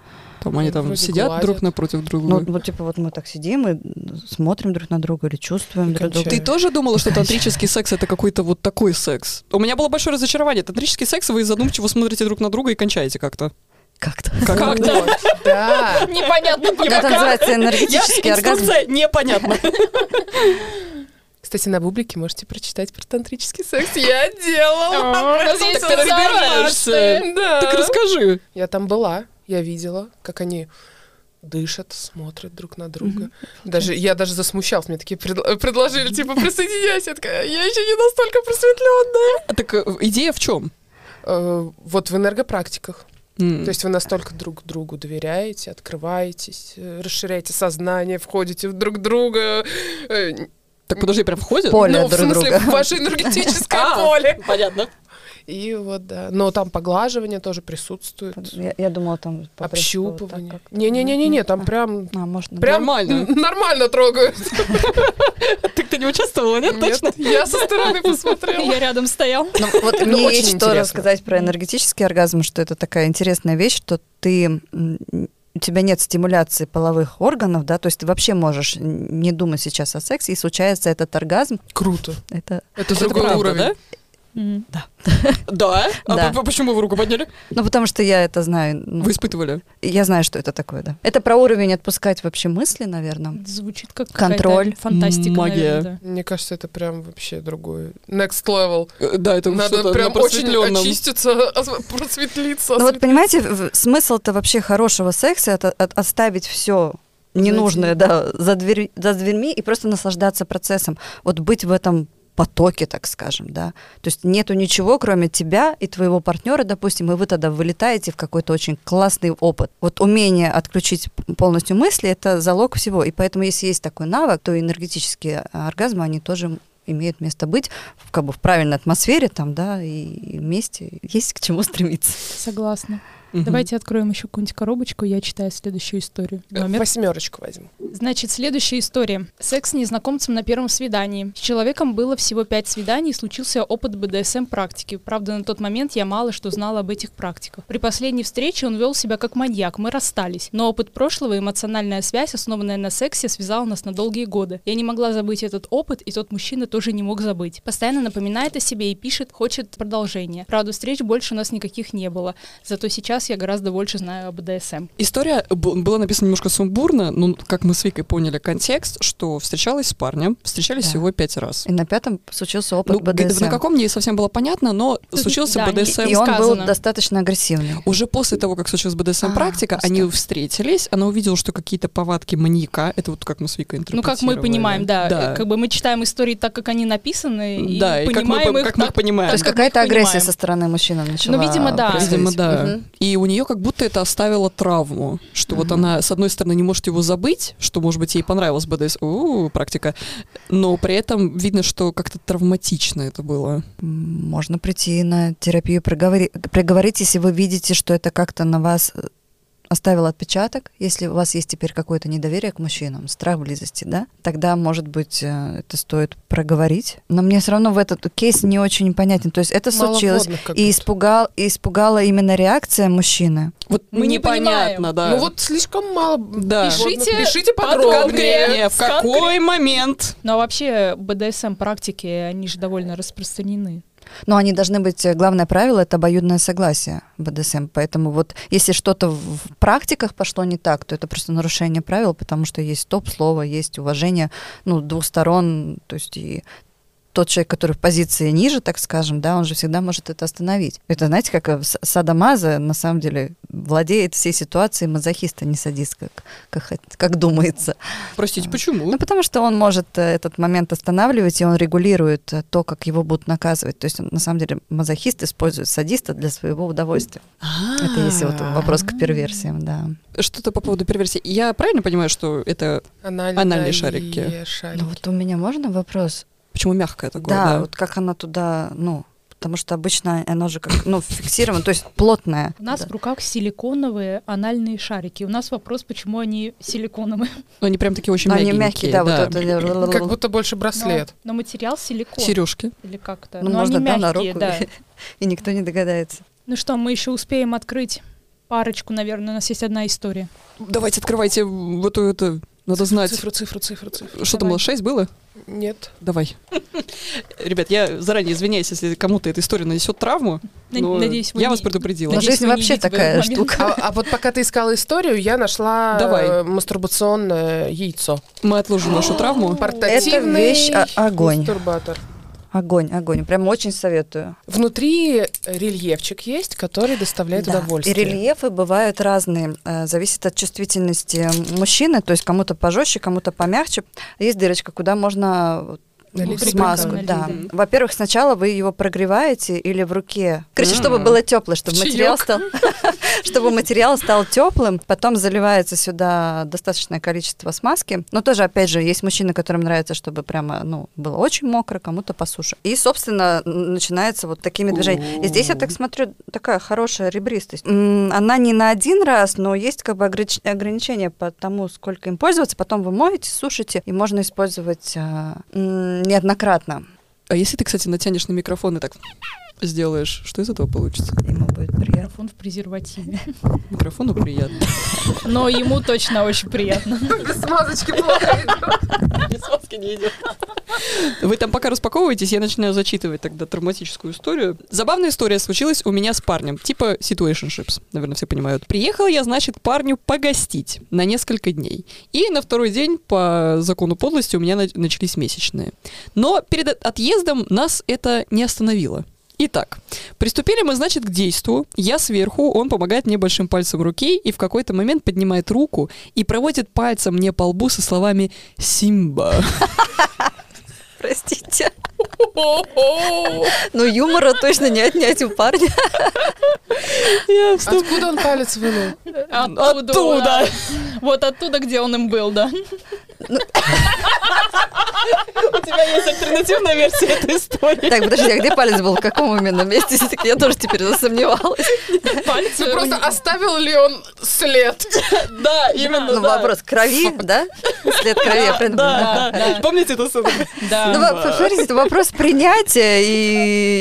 [SPEAKER 3] Там они там
[SPEAKER 4] Вроде
[SPEAKER 3] сидят
[SPEAKER 4] гладят.
[SPEAKER 3] друг напротив друга.
[SPEAKER 5] Ну, вот типа вот мы так сидим и смотрим друг на друга или чувствуем
[SPEAKER 4] И
[SPEAKER 5] друг друга.
[SPEAKER 3] Ты
[SPEAKER 4] кончаем.
[SPEAKER 3] тоже думала, что тантрический секс это какой-то вот такой секс? У меня было большое разочарование. Тантрический секс, вы задумчиво смотрите друг на друга и кончаете <laughs> как-то.
[SPEAKER 5] Как-то.
[SPEAKER 3] Как-то.
[SPEAKER 4] Вот, Да.
[SPEAKER 2] Непонятно по
[SPEAKER 5] Это называется энергетический оргазм.
[SPEAKER 3] Инструкция непонятна.
[SPEAKER 4] Кстати, на бублике можете прочитать про тантрический секс. Я
[SPEAKER 5] А,
[SPEAKER 4] делала.
[SPEAKER 2] <laughs> нас есть
[SPEAKER 4] Так ты
[SPEAKER 2] информация.
[SPEAKER 4] разбираешься.
[SPEAKER 3] <laughs>
[SPEAKER 4] Да.
[SPEAKER 3] Так расскажи.
[SPEAKER 4] Я там была, я видела, как они дышат, смотрят друг на друга. Даже я даже засмущалась, мне такие предл- предложили, типа, присоединяйся. Я такая, я еще не настолько просветленная.
[SPEAKER 3] А Так э, идея в чем?
[SPEAKER 4] Э, Вот в энергопрактиках.
[SPEAKER 3] М.
[SPEAKER 4] То есть вы настолько друг другу доверяете, открываетесь, э, расширяете сознание, входите в друг друга. э,
[SPEAKER 3] Так подожди, прям входит?
[SPEAKER 5] Поле
[SPEAKER 4] ну, в
[SPEAKER 5] друг
[SPEAKER 4] смысле,
[SPEAKER 5] друга.
[SPEAKER 4] в ваше энергетическое
[SPEAKER 3] <laughs> А,
[SPEAKER 4] поле.
[SPEAKER 3] Понятно.
[SPEAKER 4] И вот, да. Но там поглаживание тоже присутствует.
[SPEAKER 5] Я, я думала, там по принципу вот так
[SPEAKER 4] Общупывание.
[SPEAKER 5] как-то.
[SPEAKER 4] Не-не-не-не, там прям...
[SPEAKER 5] А, можно.
[SPEAKER 4] Прям
[SPEAKER 3] Нормально.
[SPEAKER 4] н- Нормально трогают.
[SPEAKER 3] Так ты не участвовала, нет? <laughs> Точно?
[SPEAKER 4] Нет, я со стороны посмотрела.
[SPEAKER 2] Я рядом стоял.
[SPEAKER 5] Ну, вот
[SPEAKER 4] Ну,
[SPEAKER 5] мне
[SPEAKER 4] очень
[SPEAKER 5] есть что
[SPEAKER 4] интересно.
[SPEAKER 5] рассказать про энергетический оргазм, что это такая интересная вещь, что ты м, у тебя нет стимуляции половых органов, да, то есть ты вообще можешь не думать сейчас о сексе, и случается этот оргазм,
[SPEAKER 4] Круто.
[SPEAKER 5] это,
[SPEAKER 4] Это
[SPEAKER 3] Это
[SPEAKER 4] другой
[SPEAKER 3] правда,
[SPEAKER 4] уровень. Ну,
[SPEAKER 3] Да? Да? А
[SPEAKER 5] Да.
[SPEAKER 3] п- почему вы руку подняли?
[SPEAKER 5] ну, потому что я это знаю, ну,
[SPEAKER 3] Вы испытывали?
[SPEAKER 5] я знаю, что это такое, да. Это про уровень отпускать вообще мысли, наверное.
[SPEAKER 2] Звучит как
[SPEAKER 5] Контроль,
[SPEAKER 2] какая-то фантастика,
[SPEAKER 3] магия.
[SPEAKER 2] наверное, да.
[SPEAKER 4] Мне кажется, это прям вообще другой. Next level.
[SPEAKER 3] Э, Да, это
[SPEAKER 4] Надо
[SPEAKER 3] что-то
[SPEAKER 4] прям
[SPEAKER 3] на
[SPEAKER 4] очень
[SPEAKER 3] просветленном.
[SPEAKER 4] очиститься, <laughs> ос- просветлиться.
[SPEAKER 5] Ну вот
[SPEAKER 4] освет-
[SPEAKER 5] понимаете, в- смысл-то вообще хорошего секса это от- оставить все ненужное да, за, дверь- за дверьми и просто наслаждаться процессом. Вот быть в этом потоке, так скажем, да. То есть нету ничего, кроме тебя и твоего партнера, допустим, и вы тогда вылетаете в какой-то очень классный опыт. Вот умение отключить п- полностью мысли – это залог всего. И поэтому, если есть такой навык, то энергетические а, оргазмы, они тоже имеют место быть в, как бы, в правильной атмосфере там, да, и, и вместе есть к чему стремиться.
[SPEAKER 2] Согласна.
[SPEAKER 3] Мгм.
[SPEAKER 2] Давайте откроем еще какую-нибудь коробочку, я читаю следующую историю. Номер
[SPEAKER 4] Восьмерочку Э, возьму.
[SPEAKER 2] Значит, следующая история. Секс с незнакомцем на первом свидании. С человеком было всего пять свиданий, и случился опыт БДСМ-практики. Правда, на тот момент я мало что знала об этих практиках. При последней встрече он вел себя как маньяк, мы расстались. Но опыт прошлого и эмоциональная связь, основанная на сексе, связала нас на долгие годы. Я не могла забыть этот опыт, и тот мужчина тоже не мог забыть. Постоянно напоминает о себе и пишет, хочет продолжения. Правда, встреч больше у нас никаких не было. Зато сейчас я гораздо больше знаю о БДСМ.
[SPEAKER 3] История бу- была написана немножко сумбурно, но как мы с Викой поняли контекст, что встречалась с парнем, встречались
[SPEAKER 5] Да.
[SPEAKER 3] всего пять раз.
[SPEAKER 5] И на пятом случился опыт
[SPEAKER 3] Ну, г-
[SPEAKER 5] БДСМ.
[SPEAKER 3] на каком не совсем было понятно, но случился
[SPEAKER 2] да,
[SPEAKER 3] БДСМ.
[SPEAKER 5] И он был
[SPEAKER 2] сказано.
[SPEAKER 5] достаточно агрессивным.
[SPEAKER 3] Уже после того, как случилась БДСМ
[SPEAKER 5] А,
[SPEAKER 3] практика, они
[SPEAKER 5] просто.
[SPEAKER 3] встретились, она увидела, что какие-то повадки маньяка, это вот как мы с Викой
[SPEAKER 2] Ну, как мы
[SPEAKER 3] интерпретировали.
[SPEAKER 2] понимаем, да.
[SPEAKER 3] да.
[SPEAKER 2] Э, Как бы мы читаем истории так, как они написаны, и
[SPEAKER 3] Да, и как мы
[SPEAKER 2] понимаем
[SPEAKER 3] по-
[SPEAKER 2] их
[SPEAKER 3] как мы
[SPEAKER 2] так-
[SPEAKER 3] понимаем.
[SPEAKER 5] То есть
[SPEAKER 2] так, как мы
[SPEAKER 5] какая-то
[SPEAKER 2] их понимаем.
[SPEAKER 5] агрессия со стороны мужчины начала.
[SPEAKER 2] Ну, видимо, да.
[SPEAKER 5] происходить.
[SPEAKER 3] Видимо, да.
[SPEAKER 5] Мгм.
[SPEAKER 3] И у нее как будто это оставило травму, что вот она, с одной стороны, не может его забыть, что, может быть, ей понравилась БДС, у, практика, но при этом видно, что как-то травматично это было.
[SPEAKER 5] М, Можно прийти на терапию, проговори- проговорить, если вы видите, что это как-то на вас э, оставило отпечаток, если у вас есть теперь какое-то недоверие к мужчинам, страх близости, да, тогда, может быть, э, это стоит проговорить. Но мне все равно в этот кейс не очень понятен. То есть это
[SPEAKER 4] Мало
[SPEAKER 5] случилось,
[SPEAKER 4] вводных как
[SPEAKER 5] и
[SPEAKER 4] будто.
[SPEAKER 5] испугал, и испугала именно реакция мужчины.
[SPEAKER 3] Вот
[SPEAKER 2] Мы не
[SPEAKER 3] непонятно,
[SPEAKER 2] понимаем.
[SPEAKER 3] да.
[SPEAKER 4] Ну вот слишком мало.
[SPEAKER 3] Да.
[SPEAKER 4] вводных.
[SPEAKER 2] Пишите
[SPEAKER 4] Пишите
[SPEAKER 2] подробнее.
[SPEAKER 4] подробнее.
[SPEAKER 3] Конкретнее, в какой момент?
[SPEAKER 2] Ну, а вообще, БДСМ-практики, они же довольно распространены.
[SPEAKER 5] Но они должны быть, э, главное правило, это обоюдное согласие БДСМ. Поэтому вот если что-то в в практиках пошло не так, то это просто нарушение правил, потому что есть топ-слово, есть уважение ну, двух сторон, то есть и тот человек, который в позиции ниже, так скажем, да, он же всегда может это остановить. Это, знаете, как э, с- садомаза, на самом деле, владеет всей ситуацией мазохиста, а не садист, как, как, хот- как думается.
[SPEAKER 3] Простите, почему?
[SPEAKER 5] Ну, потому что он может э, этот момент останавливать, и он регулирует э, то, как его будут наказывать. То есть, он, на самом деле, мазохист использует садиста для своего удовольствия.
[SPEAKER 2] А.
[SPEAKER 5] Это если вот вопрос к перверсиям, да.
[SPEAKER 3] Что-то по поводу перверсии. Я правильно понимаю, что это...
[SPEAKER 4] Анальные,
[SPEAKER 3] Анальные шарики.
[SPEAKER 4] шарики.
[SPEAKER 5] Ну, вот у меня можно вопрос?
[SPEAKER 3] Почему мягкое такое?
[SPEAKER 5] да,
[SPEAKER 3] да?
[SPEAKER 5] вот как она туда, ну, потому что обычно оно же как, ну, фиксировано, то есть плотное.
[SPEAKER 2] У нас
[SPEAKER 5] Да.
[SPEAKER 2] в руках силиконовые анальные шарики. У нас вопрос, почему они
[SPEAKER 3] <laughs>
[SPEAKER 2] силиконовые.
[SPEAKER 3] Но Ну, они прям такие очень
[SPEAKER 5] Но Ну, они
[SPEAKER 3] мягкие.
[SPEAKER 5] мягкие, да, вот
[SPEAKER 2] Ну,
[SPEAKER 5] это.
[SPEAKER 4] Ну, Как будто больше
[SPEAKER 2] Но-
[SPEAKER 4] браслет.
[SPEAKER 2] Но, материал силикон.
[SPEAKER 3] Сережки.
[SPEAKER 2] Или как-то.
[SPEAKER 5] Ну,
[SPEAKER 2] Но
[SPEAKER 5] можно,
[SPEAKER 2] они
[SPEAKER 5] да, на
[SPEAKER 2] мягкие,
[SPEAKER 3] <laughs>
[SPEAKER 5] руку.
[SPEAKER 2] да.
[SPEAKER 5] И никто не догадается.
[SPEAKER 2] Ну что, мы еще успеем открыть парочку, наверное, у нас есть одна история.
[SPEAKER 3] Давайте открывайте вот это... Надо знать.
[SPEAKER 4] Цифру, цифру, цифру, цифру.
[SPEAKER 3] Что там было,
[SPEAKER 2] Давай.
[SPEAKER 3] 6 было?
[SPEAKER 4] Нет.
[SPEAKER 3] Давай. Ребят, я заранее извиняюсь, если кому-то эта история нанесет травму.
[SPEAKER 2] Н-
[SPEAKER 3] но
[SPEAKER 2] надеюсь, вы
[SPEAKER 3] Ну, я
[SPEAKER 2] не-
[SPEAKER 3] вас предупредила.
[SPEAKER 5] Но
[SPEAKER 2] Надеюсь,
[SPEAKER 5] жизнь
[SPEAKER 2] вы не
[SPEAKER 5] вообще
[SPEAKER 2] видите в этот
[SPEAKER 5] такая
[SPEAKER 2] момент.
[SPEAKER 5] штука.
[SPEAKER 4] А, а вот пока ты искала историю, я нашла э,
[SPEAKER 3] Давай.
[SPEAKER 4] мастурбационное яйцо.
[SPEAKER 3] Мы отложим нашу травму.
[SPEAKER 4] Портативный
[SPEAKER 5] вещь, а- огонь.
[SPEAKER 4] мастурбатор.
[SPEAKER 5] Огонь, огонь. Прям очень советую.
[SPEAKER 4] Внутри рельефчик есть, который доставляет
[SPEAKER 5] Да.
[SPEAKER 4] удовольствие.
[SPEAKER 5] И рельефы бывают разные, э, зависит от чувствительности мужчины, то есть кому-то пожестче, кому-то помягче. Есть дырочка, куда можно вот,
[SPEAKER 4] Налить
[SPEAKER 5] смазку.
[SPEAKER 2] прикольно.
[SPEAKER 5] Да.
[SPEAKER 2] Налить,
[SPEAKER 5] Эм, Во-первых, сначала вы его прогреваете или в руке. Короче, чтобы
[SPEAKER 3] М.
[SPEAKER 5] было тепло, чтобы
[SPEAKER 4] В
[SPEAKER 5] материал
[SPEAKER 4] чаек.
[SPEAKER 5] стал, <laughs> чтобы материал стал теплым. Потом заливается сюда достаточное количество смазки. Но тоже, опять же, есть мужчины, которым нравится, чтобы прямо, ну, было очень мокро, кому-то посуше. И, собственно, н- начинается вот такими движениями. И здесь я так смотрю, такая хорошая ребристость. М, Она не на один раз, но есть как бы огрич- ограничения по тому, сколько им пользоваться. Потом вы моете, сушите, и можно использовать а, м, неоднократно.
[SPEAKER 3] А если ты, кстати, натянешь на микрофон и так сделаешь, что из этого получится?
[SPEAKER 5] Ему будет приятно.
[SPEAKER 2] Микрофон в презервативе. <laughs>
[SPEAKER 3] Микрофону приятно.
[SPEAKER 2] Но ему точно очень приятно.
[SPEAKER 4] Смазочки плохо идут.
[SPEAKER 3] Вы там пока распаковываетесь, я начинаю зачитывать тогда травматическую историю. Забавная история случилась у меня с парнем, типа situationships, наверное, все понимают. Приехала я, значит, к парню погостить на несколько дней. И на второй день по закону подлости у меня на- начались месячные. Но перед от- отъездом нас это не остановило. Итак, приступили мы, значит, к действу. Я сверху, он помогает мне большим пальцем руки и в какой-то момент поднимает руку и проводит пальцем мне по лбу со словами «Симба».
[SPEAKER 5] Простите. Но Ну, юмора точно не отнять у парня.
[SPEAKER 3] Я
[SPEAKER 4] Откуда он палец вынул?
[SPEAKER 3] Оттуда. <laughs>
[SPEAKER 2] да. Вот оттуда, где он им был, да.
[SPEAKER 3] У тебя есть альтернативная версия этой истории.
[SPEAKER 5] Так, подожди, а где палец был? В каком именно месте? Так Я тоже теперь засомневалась.
[SPEAKER 2] Пальцы.
[SPEAKER 4] Ну, Просто оставил ли он след?
[SPEAKER 3] Да, именно.
[SPEAKER 5] Ну, вопрос крови, да? След крови, я правильно
[SPEAKER 3] Да,
[SPEAKER 5] понимаю?
[SPEAKER 3] да. Помните эту сцену?
[SPEAKER 5] Ну,
[SPEAKER 2] Да.
[SPEAKER 5] во- посмотрите, это вопрос принятия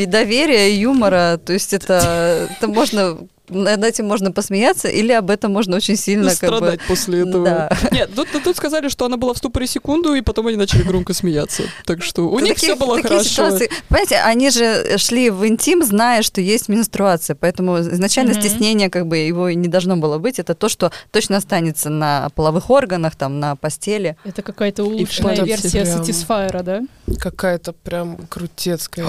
[SPEAKER 5] и доверия, и юмора. То есть это, это можно, над этим можно посмеяться, или об этом можно очень сильно как бы...
[SPEAKER 3] Ну, Страдать после этого.
[SPEAKER 5] Да.
[SPEAKER 3] Нет, тут, тут- тут сказали, что она была в ступоре секунду, и потом они начали громко смеяться. Так что у
[SPEAKER 5] Ну,
[SPEAKER 3] них
[SPEAKER 5] такие-
[SPEAKER 3] все было
[SPEAKER 5] такие
[SPEAKER 3] хорошо.
[SPEAKER 5] ситуации. Понимаете, они же шли в интим, зная, что есть менструация. Поэтому изначально
[SPEAKER 2] Мгм.
[SPEAKER 5] стеснение, как бы его и не должно было быть. Это то, что точно останется на половых органах, там, на постели.
[SPEAKER 2] Это какая-то улучшенная
[SPEAKER 4] пальцы
[SPEAKER 2] версия
[SPEAKER 4] прямо.
[SPEAKER 2] Сатисфайра, да?
[SPEAKER 4] Какая-то прям крутецкая.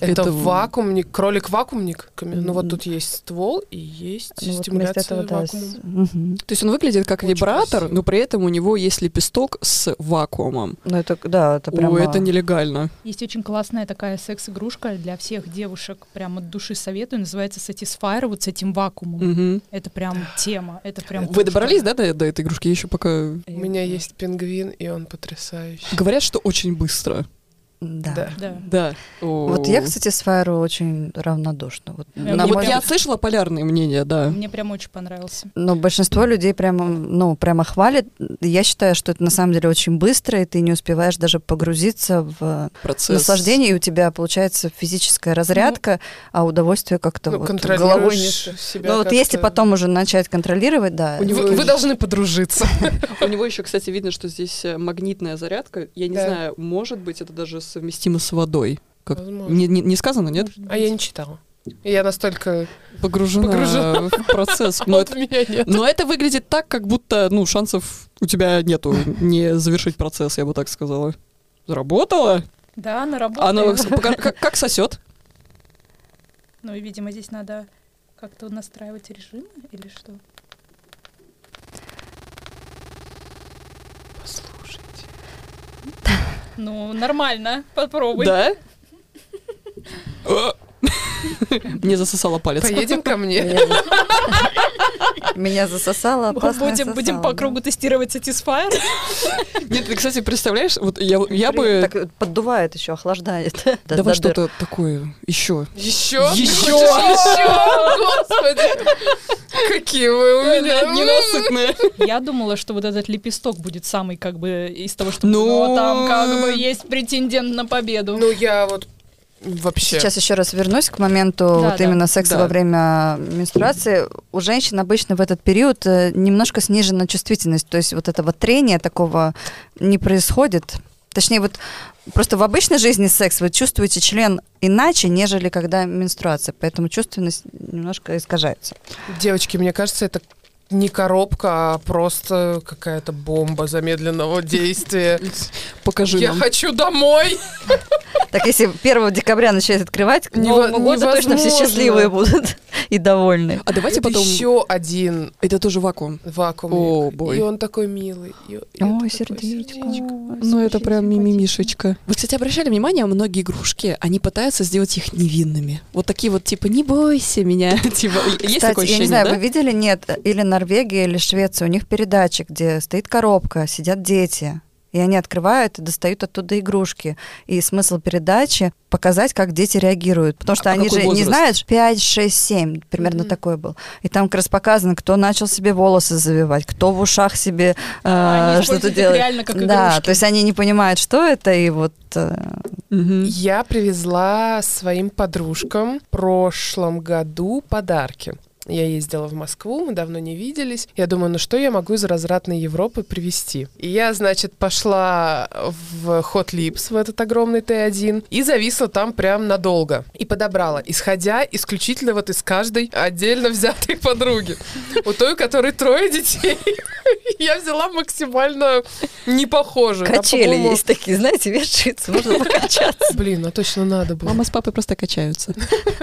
[SPEAKER 3] Это
[SPEAKER 4] Это
[SPEAKER 3] в-
[SPEAKER 4] вакуумник, кролик-вакуумник. Ну вот
[SPEAKER 5] Мгм.
[SPEAKER 4] тут есть ствол и есть
[SPEAKER 5] Ну, вот
[SPEAKER 4] стимуляция
[SPEAKER 5] вместо этого, да, с-
[SPEAKER 4] вакуумом.
[SPEAKER 5] Мгм.
[SPEAKER 3] То есть он выглядит как
[SPEAKER 4] Очень
[SPEAKER 3] вибратор,
[SPEAKER 4] красиво.
[SPEAKER 3] но при этом у него есть лепесток с вакуумом.
[SPEAKER 5] Ну, это, да, это прямо...
[SPEAKER 3] О, это нелегально.
[SPEAKER 2] Есть очень классная такая секс-игрушка для всех девушек. Прям от души советую. Называется Satisfyer вот с этим вакуумом.
[SPEAKER 3] Мгм.
[SPEAKER 2] Это прям тема. Это прям...
[SPEAKER 3] Вы добрались, да, до, до этой игрушки? Я еще пока...
[SPEAKER 4] У меня есть пингвин, и он потрясающий.
[SPEAKER 3] Говорят, что очень быстро.
[SPEAKER 5] Да.
[SPEAKER 4] Да.
[SPEAKER 2] Да.
[SPEAKER 3] Да.
[SPEAKER 5] Вот я, кстати, с Фаеру очень равнодушна. Вот,
[SPEAKER 2] Прям
[SPEAKER 5] на
[SPEAKER 2] не
[SPEAKER 5] мой
[SPEAKER 3] Э, Вот
[SPEAKER 2] прям-
[SPEAKER 3] я слышала полярные мнения, да.
[SPEAKER 2] Мне прям очень понравился.
[SPEAKER 5] Но ну, большинство людей прямо, ну, прямо хвалит. Я считаю, что это на самом деле очень быстро, и ты не успеваешь даже погрузиться в
[SPEAKER 3] Процесс.
[SPEAKER 5] наслаждение, и у тебя получается физическая разрядка, а удовольствие как-то
[SPEAKER 4] Ну,
[SPEAKER 5] вот головой не...
[SPEAKER 4] контролируешь себя.
[SPEAKER 5] Ну вот
[SPEAKER 4] как-то.
[SPEAKER 5] если потом уже начать контролировать, да.
[SPEAKER 3] У него
[SPEAKER 4] <laughs> Вы, вы
[SPEAKER 3] есть-
[SPEAKER 4] должны
[SPEAKER 5] <laughs>
[SPEAKER 4] подружиться.
[SPEAKER 3] У него еще, кстати, видно, что здесь э, магнитная зарядка. Я не
[SPEAKER 4] Да.
[SPEAKER 3] знаю, может быть, это даже совместимо с водой. Как-
[SPEAKER 4] Возможно.
[SPEAKER 3] Не, не- не сказано, нет?
[SPEAKER 4] А я не читала. Я настолько...
[SPEAKER 3] Погружена,
[SPEAKER 4] Погружена.
[SPEAKER 3] в процесс.
[SPEAKER 5] Ну,
[SPEAKER 3] Но
[SPEAKER 4] Вот
[SPEAKER 3] это,
[SPEAKER 4] меня нет.
[SPEAKER 3] но это выглядит так, как будто ну, шансов у тебя нету не завершить процесс, я бы так сказала. Заработала?
[SPEAKER 2] Да, она работает.
[SPEAKER 3] Оно с- пока- как, как сосет?
[SPEAKER 2] Ну и, видимо, здесь надо как-то настраивать режим или что?
[SPEAKER 4] Послушайте.
[SPEAKER 2] Ну, нормально, попробуй.
[SPEAKER 3] Да? Э. <laughs> Мне засосало палец.
[SPEAKER 4] Поедем ко
[SPEAKER 5] <laughs>
[SPEAKER 4] мне.
[SPEAKER 5] Меня- Меня засосало,
[SPEAKER 2] Бу-
[SPEAKER 5] опасно
[SPEAKER 2] Будем, будем по кругу тестировать Satisfyer.
[SPEAKER 3] <laughs> Нет, ты, кстати, представляешь, вот я, я бы...
[SPEAKER 5] Так поддувает еще, охлаждает. Да,
[SPEAKER 3] Давай
[SPEAKER 5] до дыр.
[SPEAKER 3] что-то такое еще.
[SPEAKER 4] Еще?
[SPEAKER 3] Еще!
[SPEAKER 4] Господи! Какие вы у меня.
[SPEAKER 3] Ненасытное.
[SPEAKER 2] Я думала, что вот этот лепесток будет самый, как бы, из того, что
[SPEAKER 3] Ну.
[SPEAKER 2] ну, там как бы есть претендент на победу.
[SPEAKER 4] Ну, я вот вообще...
[SPEAKER 5] Сейчас еще раз вернусь к моменту вот
[SPEAKER 2] да.
[SPEAKER 5] именно секса
[SPEAKER 3] Да.
[SPEAKER 5] во время менструации. У женщин обычно в этот период э, немножко снижена чувствительность, то есть вот этого трения такого не происходит. Точнее, вот просто в обычной жизни секс вы чувствуете член иначе, нежели когда менструация, поэтому чувственность немножко искажается.
[SPEAKER 4] Девочки, мне кажется, это не коробка, а просто какая-то бомба замедленного действия.
[SPEAKER 3] <laughs> Покажи
[SPEAKER 4] Я
[SPEAKER 3] нам.
[SPEAKER 4] хочу домой!
[SPEAKER 5] Так если 1 декабря начать открывать, к
[SPEAKER 4] Нево-
[SPEAKER 5] Новому году точно все
[SPEAKER 4] невозможно.
[SPEAKER 5] счастливые будут <laughs> и довольны.
[SPEAKER 3] А давайте
[SPEAKER 4] Это
[SPEAKER 3] потом...
[SPEAKER 4] еще один
[SPEAKER 3] Это тоже вакуум.
[SPEAKER 4] вакуум.
[SPEAKER 3] О,
[SPEAKER 4] И
[SPEAKER 3] бой.
[SPEAKER 4] он такой милый. И- и это такое
[SPEAKER 5] Ой, сердечко.
[SPEAKER 3] Ну, это прям мимимишечка. Вы, кстати, обращали внимание, многие игрушки, они пытаются сделать их невинными. Вот такие вот, типа, не бойся меня. Типа, есть
[SPEAKER 5] Кстати,
[SPEAKER 3] такое
[SPEAKER 5] я не
[SPEAKER 3] ощущение,
[SPEAKER 5] знаю,
[SPEAKER 3] да?
[SPEAKER 5] вы видели, нет, или Норвегия, или Швеция, у них передачи, где стоит коробка, сидят дети, и они открывают и достают оттуда игрушки. И смысл передачи — показать, как дети реагируют. Потому что
[SPEAKER 3] А
[SPEAKER 5] они
[SPEAKER 3] какой
[SPEAKER 5] же не
[SPEAKER 3] возраст?
[SPEAKER 5] знают, 5, 6, 7, примерно
[SPEAKER 4] Мгм.
[SPEAKER 5] такой был. И там как раз показано, кто начал себе волосы завивать, кто в ушах себе э,
[SPEAKER 2] А они используют
[SPEAKER 5] что-то
[SPEAKER 2] их
[SPEAKER 5] делает.
[SPEAKER 2] реально как
[SPEAKER 5] да,
[SPEAKER 2] игрушки.
[SPEAKER 5] то есть они не понимают, что это, и вот... э,
[SPEAKER 3] Мгм.
[SPEAKER 4] Я привезла своим подружкам в прошлом году подарки. Я ездила в Москву, мы давно не виделись. Я думаю, ну что я могу из развратной Европы привезти? И я, значит, пошла в Hot Lips, в этот огромный Т1, и зависла там прям надолго. И подобрала, исходя исключительно вот из каждой отдельно взятой подруги. У той, у которой трое детей, <laughs> я взяла максимально непохожую. Там,
[SPEAKER 5] Качели
[SPEAKER 4] по-моему,
[SPEAKER 5] есть такие, знаете, <laughs> вешаются, можно покачаться.
[SPEAKER 4] Блин, ну точно надо было.
[SPEAKER 3] Мама с папой просто качаются.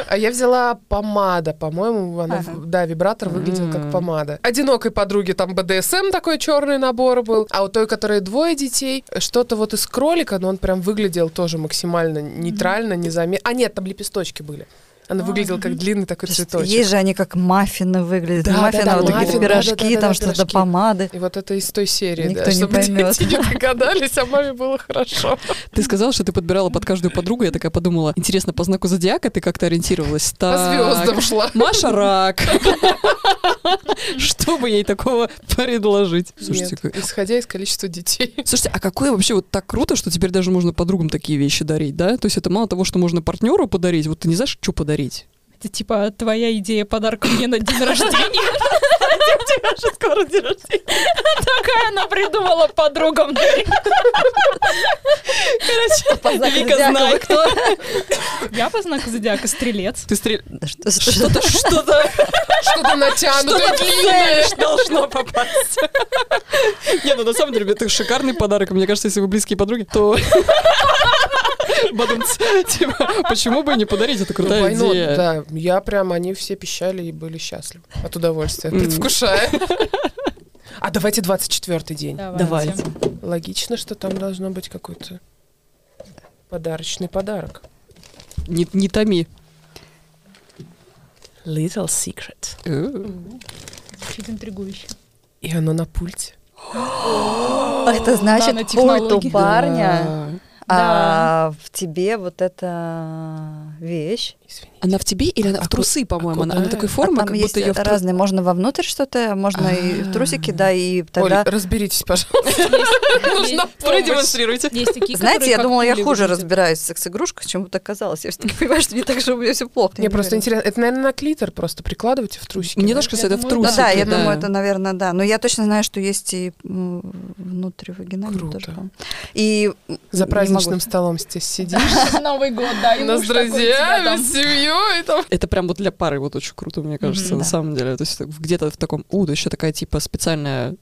[SPEAKER 4] А я взяла помада, по-моему, она,
[SPEAKER 5] Ага.
[SPEAKER 4] в- да, вибратор выглядел
[SPEAKER 3] М.
[SPEAKER 4] как помада. Одинокой подруге там БДСМ такой черный набор был, а у той, которой двое детей, что-то вот из кролика, но он прям выглядел тоже максимально нейтрально, незаметно. А нет, там лепесточки были. Она выглядела как длинный такой
[SPEAKER 5] Слушайте,
[SPEAKER 4] цветочек.
[SPEAKER 5] Есть же они как маффины выглядят.
[SPEAKER 4] Да, да,
[SPEAKER 5] маффины,
[SPEAKER 4] да,
[SPEAKER 5] вот такие
[SPEAKER 3] маффины,
[SPEAKER 5] пирожки,
[SPEAKER 4] да-да-да-да,
[SPEAKER 5] там что-то
[SPEAKER 4] пирожки.
[SPEAKER 5] помады.
[SPEAKER 4] И вот это из той серии,
[SPEAKER 5] Никто
[SPEAKER 4] да,
[SPEAKER 5] не
[SPEAKER 4] чтобы
[SPEAKER 5] поймет.
[SPEAKER 4] дети не догадались, а маме было хорошо.
[SPEAKER 3] Ты сказала, что ты подбирала под каждую подругу. Я такая подумала, интересно, по знаку зодиака ты как-то ориентировалась?
[SPEAKER 4] <laughs> По
[SPEAKER 3] Так,
[SPEAKER 4] звездам шла.
[SPEAKER 3] Маша рак. <laughs> Что бы ей такого предложить? Слушайте,
[SPEAKER 4] Нет,
[SPEAKER 3] как-
[SPEAKER 4] исходя из количества детей. <laughs>
[SPEAKER 3] Слушайте, а какое вообще вот так круто, что теперь даже можно подругам такие вещи дарить, да? То есть это мало того, что можно партнеру подарить, вот ты не знаешь, что подарить.
[SPEAKER 2] Это типа твоя идея подарка мне на день рождения. У тебя же скоро день рождения. Такая она придумала подругам.
[SPEAKER 5] Вика
[SPEAKER 3] знает.
[SPEAKER 5] кто?
[SPEAKER 2] Я по знаку зодиака стрелец.
[SPEAKER 3] Ты <laughs> стрель...
[SPEAKER 5] Да Что, что-
[SPEAKER 3] Что-то, что-то,
[SPEAKER 4] Что-то натянутое,
[SPEAKER 3] что-то в цель должно попасть. <laughs> Не, ну на самом деле, это шикарный подарок. Мне кажется, если вы близкие подруги, то... Бадумц. Типа, почему бы и не подарить? Это
[SPEAKER 4] Ну,
[SPEAKER 3] крутая
[SPEAKER 4] войну,
[SPEAKER 3] идея.
[SPEAKER 4] да, я прям, они все пищали и были счастливы от удовольствия,
[SPEAKER 3] Мгм.
[SPEAKER 4] предвкушая. А давайте 24-й день.
[SPEAKER 3] Давайте.
[SPEAKER 4] Логично, что там должно быть какой-то подарочный подарок.
[SPEAKER 3] Не, не томи.
[SPEAKER 4] Little Secret.
[SPEAKER 3] Э,
[SPEAKER 2] Чуть интригующе.
[SPEAKER 4] И оно на пульте.
[SPEAKER 5] А Это значит, пульт у
[SPEAKER 2] Нанотехнологии.
[SPEAKER 5] парня,
[SPEAKER 3] да.
[SPEAKER 5] а в тебе вот эта вещь.
[SPEAKER 4] Извини.
[SPEAKER 3] Она в тебе или она в трусы, по-моему? Она, она
[SPEAKER 4] куда?
[SPEAKER 3] такой
[SPEAKER 5] А
[SPEAKER 3] формы,
[SPEAKER 5] там
[SPEAKER 3] как
[SPEAKER 5] есть
[SPEAKER 3] будто ее в тру-
[SPEAKER 5] разные. Можно вовнутрь что-то, можно и в трусики, да, и тогда...
[SPEAKER 4] Оль, разберитесь, пожалуйста. Нужна помощь.
[SPEAKER 3] Продемонстрируйте.
[SPEAKER 2] Есть такие,
[SPEAKER 5] Знаете,
[SPEAKER 2] которые
[SPEAKER 5] я
[SPEAKER 2] как
[SPEAKER 5] думала, я
[SPEAKER 2] пули
[SPEAKER 5] хуже
[SPEAKER 2] выглядят.
[SPEAKER 5] разбираюсь в секс-игрушках, чем это казалось. Я все-таки <laughs> понимаю, что не так же у меня все плохо. Я
[SPEAKER 4] Мне
[SPEAKER 5] не
[SPEAKER 4] просто
[SPEAKER 5] уверена.
[SPEAKER 4] интересно, это, наверное, на клитор просто прикладывайте в трусики.
[SPEAKER 3] Мне
[SPEAKER 4] да?
[SPEAKER 3] тоже кажется,
[SPEAKER 2] Я
[SPEAKER 3] это в
[SPEAKER 2] думаю,
[SPEAKER 5] Ну Да,
[SPEAKER 3] трусики.
[SPEAKER 5] да, я думаю, это, наверное, да. Но я точно знаю, что есть и м, внутривагинальный
[SPEAKER 4] Круто.
[SPEAKER 5] тоже. по-моему. И м,
[SPEAKER 4] За
[SPEAKER 5] не могу.
[SPEAKER 4] праздничным столом здесь сидишь.
[SPEAKER 2] Новый год, да. и
[SPEAKER 4] У нас
[SPEAKER 2] муж такой тебя
[SPEAKER 4] друзья,
[SPEAKER 2] там.
[SPEAKER 4] с семьей. и
[SPEAKER 3] <laughs>
[SPEAKER 4] там.
[SPEAKER 3] Это прям вот для пары вот очень круто, мне кажется,
[SPEAKER 5] Мгм,
[SPEAKER 3] на
[SPEAKER 5] да.
[SPEAKER 3] самом деле. То есть так- где-то в таком, у, да еще такая типа специальная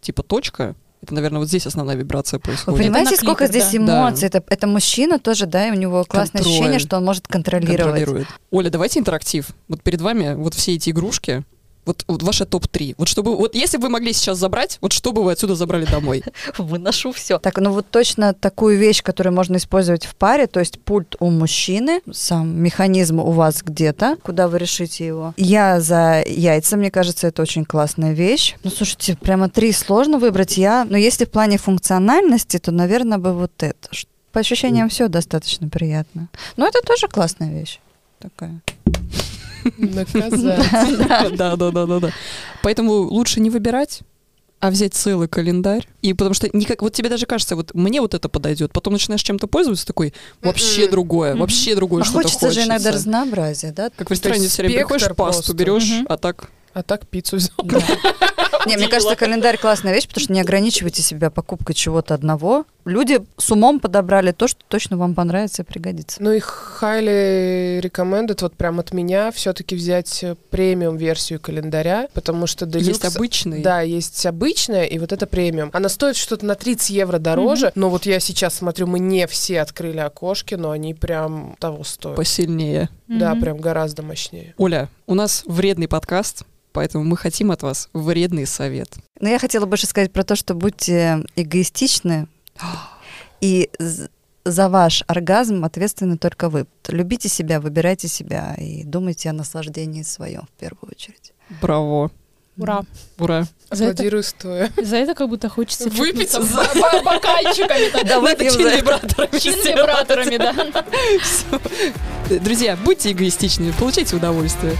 [SPEAKER 3] типа точка, Это, наверное, вот здесь основная вибрация
[SPEAKER 5] Вы
[SPEAKER 3] происходит.
[SPEAKER 5] понимаете,
[SPEAKER 2] на клипах,
[SPEAKER 5] сколько здесь
[SPEAKER 3] да.
[SPEAKER 5] эмоций? Это, это мужчина тоже, да, и у него классное
[SPEAKER 3] Контроль.
[SPEAKER 5] ощущение, что он может контролировать.
[SPEAKER 3] контролирует. Оля, давайте интерактив. Вот перед вами вот все эти игрушки. Вот, вот ваша топ-3. Вот чтобы, вот если бы вы могли сейчас забрать, вот что бы вы отсюда забрали домой?
[SPEAKER 5] Выношу все. Так, ну вот точно такую вещь, которую можно использовать в паре, то есть пульт у мужчины, сам механизм у вас где-то, куда вы решите его. Я за яйца, мне кажется, это очень классная вещь. Ну, слушайте, прямо три сложно выбрать. Я, но если в плане функциональности, то, наверное, бы вот это. Ш- По ощущениям все достаточно приятно. Но это тоже классная вещь. Такая.
[SPEAKER 4] Наказать.
[SPEAKER 3] Да, <laughs> да, да, да, да. Поэтому лучше не выбирать а взять целый календарь. И потому что никак, вот тебе даже кажется, вот мне вот это подойдет, потом начинаешь чем-то пользоваться, такой, вообще
[SPEAKER 4] М-м. Мгм.
[SPEAKER 3] другое, вообще другое
[SPEAKER 5] А
[SPEAKER 3] что-то
[SPEAKER 5] хочется,
[SPEAKER 3] хочется.
[SPEAKER 5] же иногда разнообразия, да?
[SPEAKER 3] Как в ресторане
[SPEAKER 4] есть
[SPEAKER 3] все время
[SPEAKER 4] спектр
[SPEAKER 3] приходишь, пасту
[SPEAKER 4] просто.
[SPEAKER 3] берешь,
[SPEAKER 2] Мгм.
[SPEAKER 3] а так
[SPEAKER 4] А так пиццу взял.
[SPEAKER 5] Не, мне кажется, календарь классная вещь, потому что не ограничивайте себя покупкой чего-то одного. Люди с умом подобрали то, что точно вам понравится и пригодится.
[SPEAKER 4] Ну и highly recommended, вот прям от меня, все-таки взять э, премиум-версию календаря, потому что
[SPEAKER 3] есть
[SPEAKER 4] Deluxe-
[SPEAKER 3] обычный.
[SPEAKER 4] Да, есть обычная и вот это премиум. Она стоит что-то на 30 евро дороже, но вот я сейчас смотрю, мы не все открыли окошки, но они прям того стоят.
[SPEAKER 3] посильнее.
[SPEAKER 4] Да,
[SPEAKER 2] Мгм.
[SPEAKER 4] прям гораздо мощнее.
[SPEAKER 3] Оля, у нас вредный подкаст, поэтому мы хотим от вас вредный совет.
[SPEAKER 5] Но я хотела больше сказать про то, что будьте эгоистичны и з- за ваш оргазм ответственны только вы. Любите себя, выбирайте себя и думайте о наслаждении своем в первую очередь.
[SPEAKER 3] Браво.
[SPEAKER 2] Ура.
[SPEAKER 3] Ура. <laughs>
[SPEAKER 2] За это,
[SPEAKER 4] Аплодирую стоя.
[SPEAKER 2] за это как будто хочется
[SPEAKER 4] Выпить
[SPEAKER 2] чокнуться ба- ба- бокальчиками. так,
[SPEAKER 3] Надо
[SPEAKER 5] Да, выпьем за это.
[SPEAKER 3] чин-вибраторами сделать.
[SPEAKER 2] Чин-вибраторами, да.
[SPEAKER 3] Э, Друзья, будьте эгоистичными, получайте удовольствие.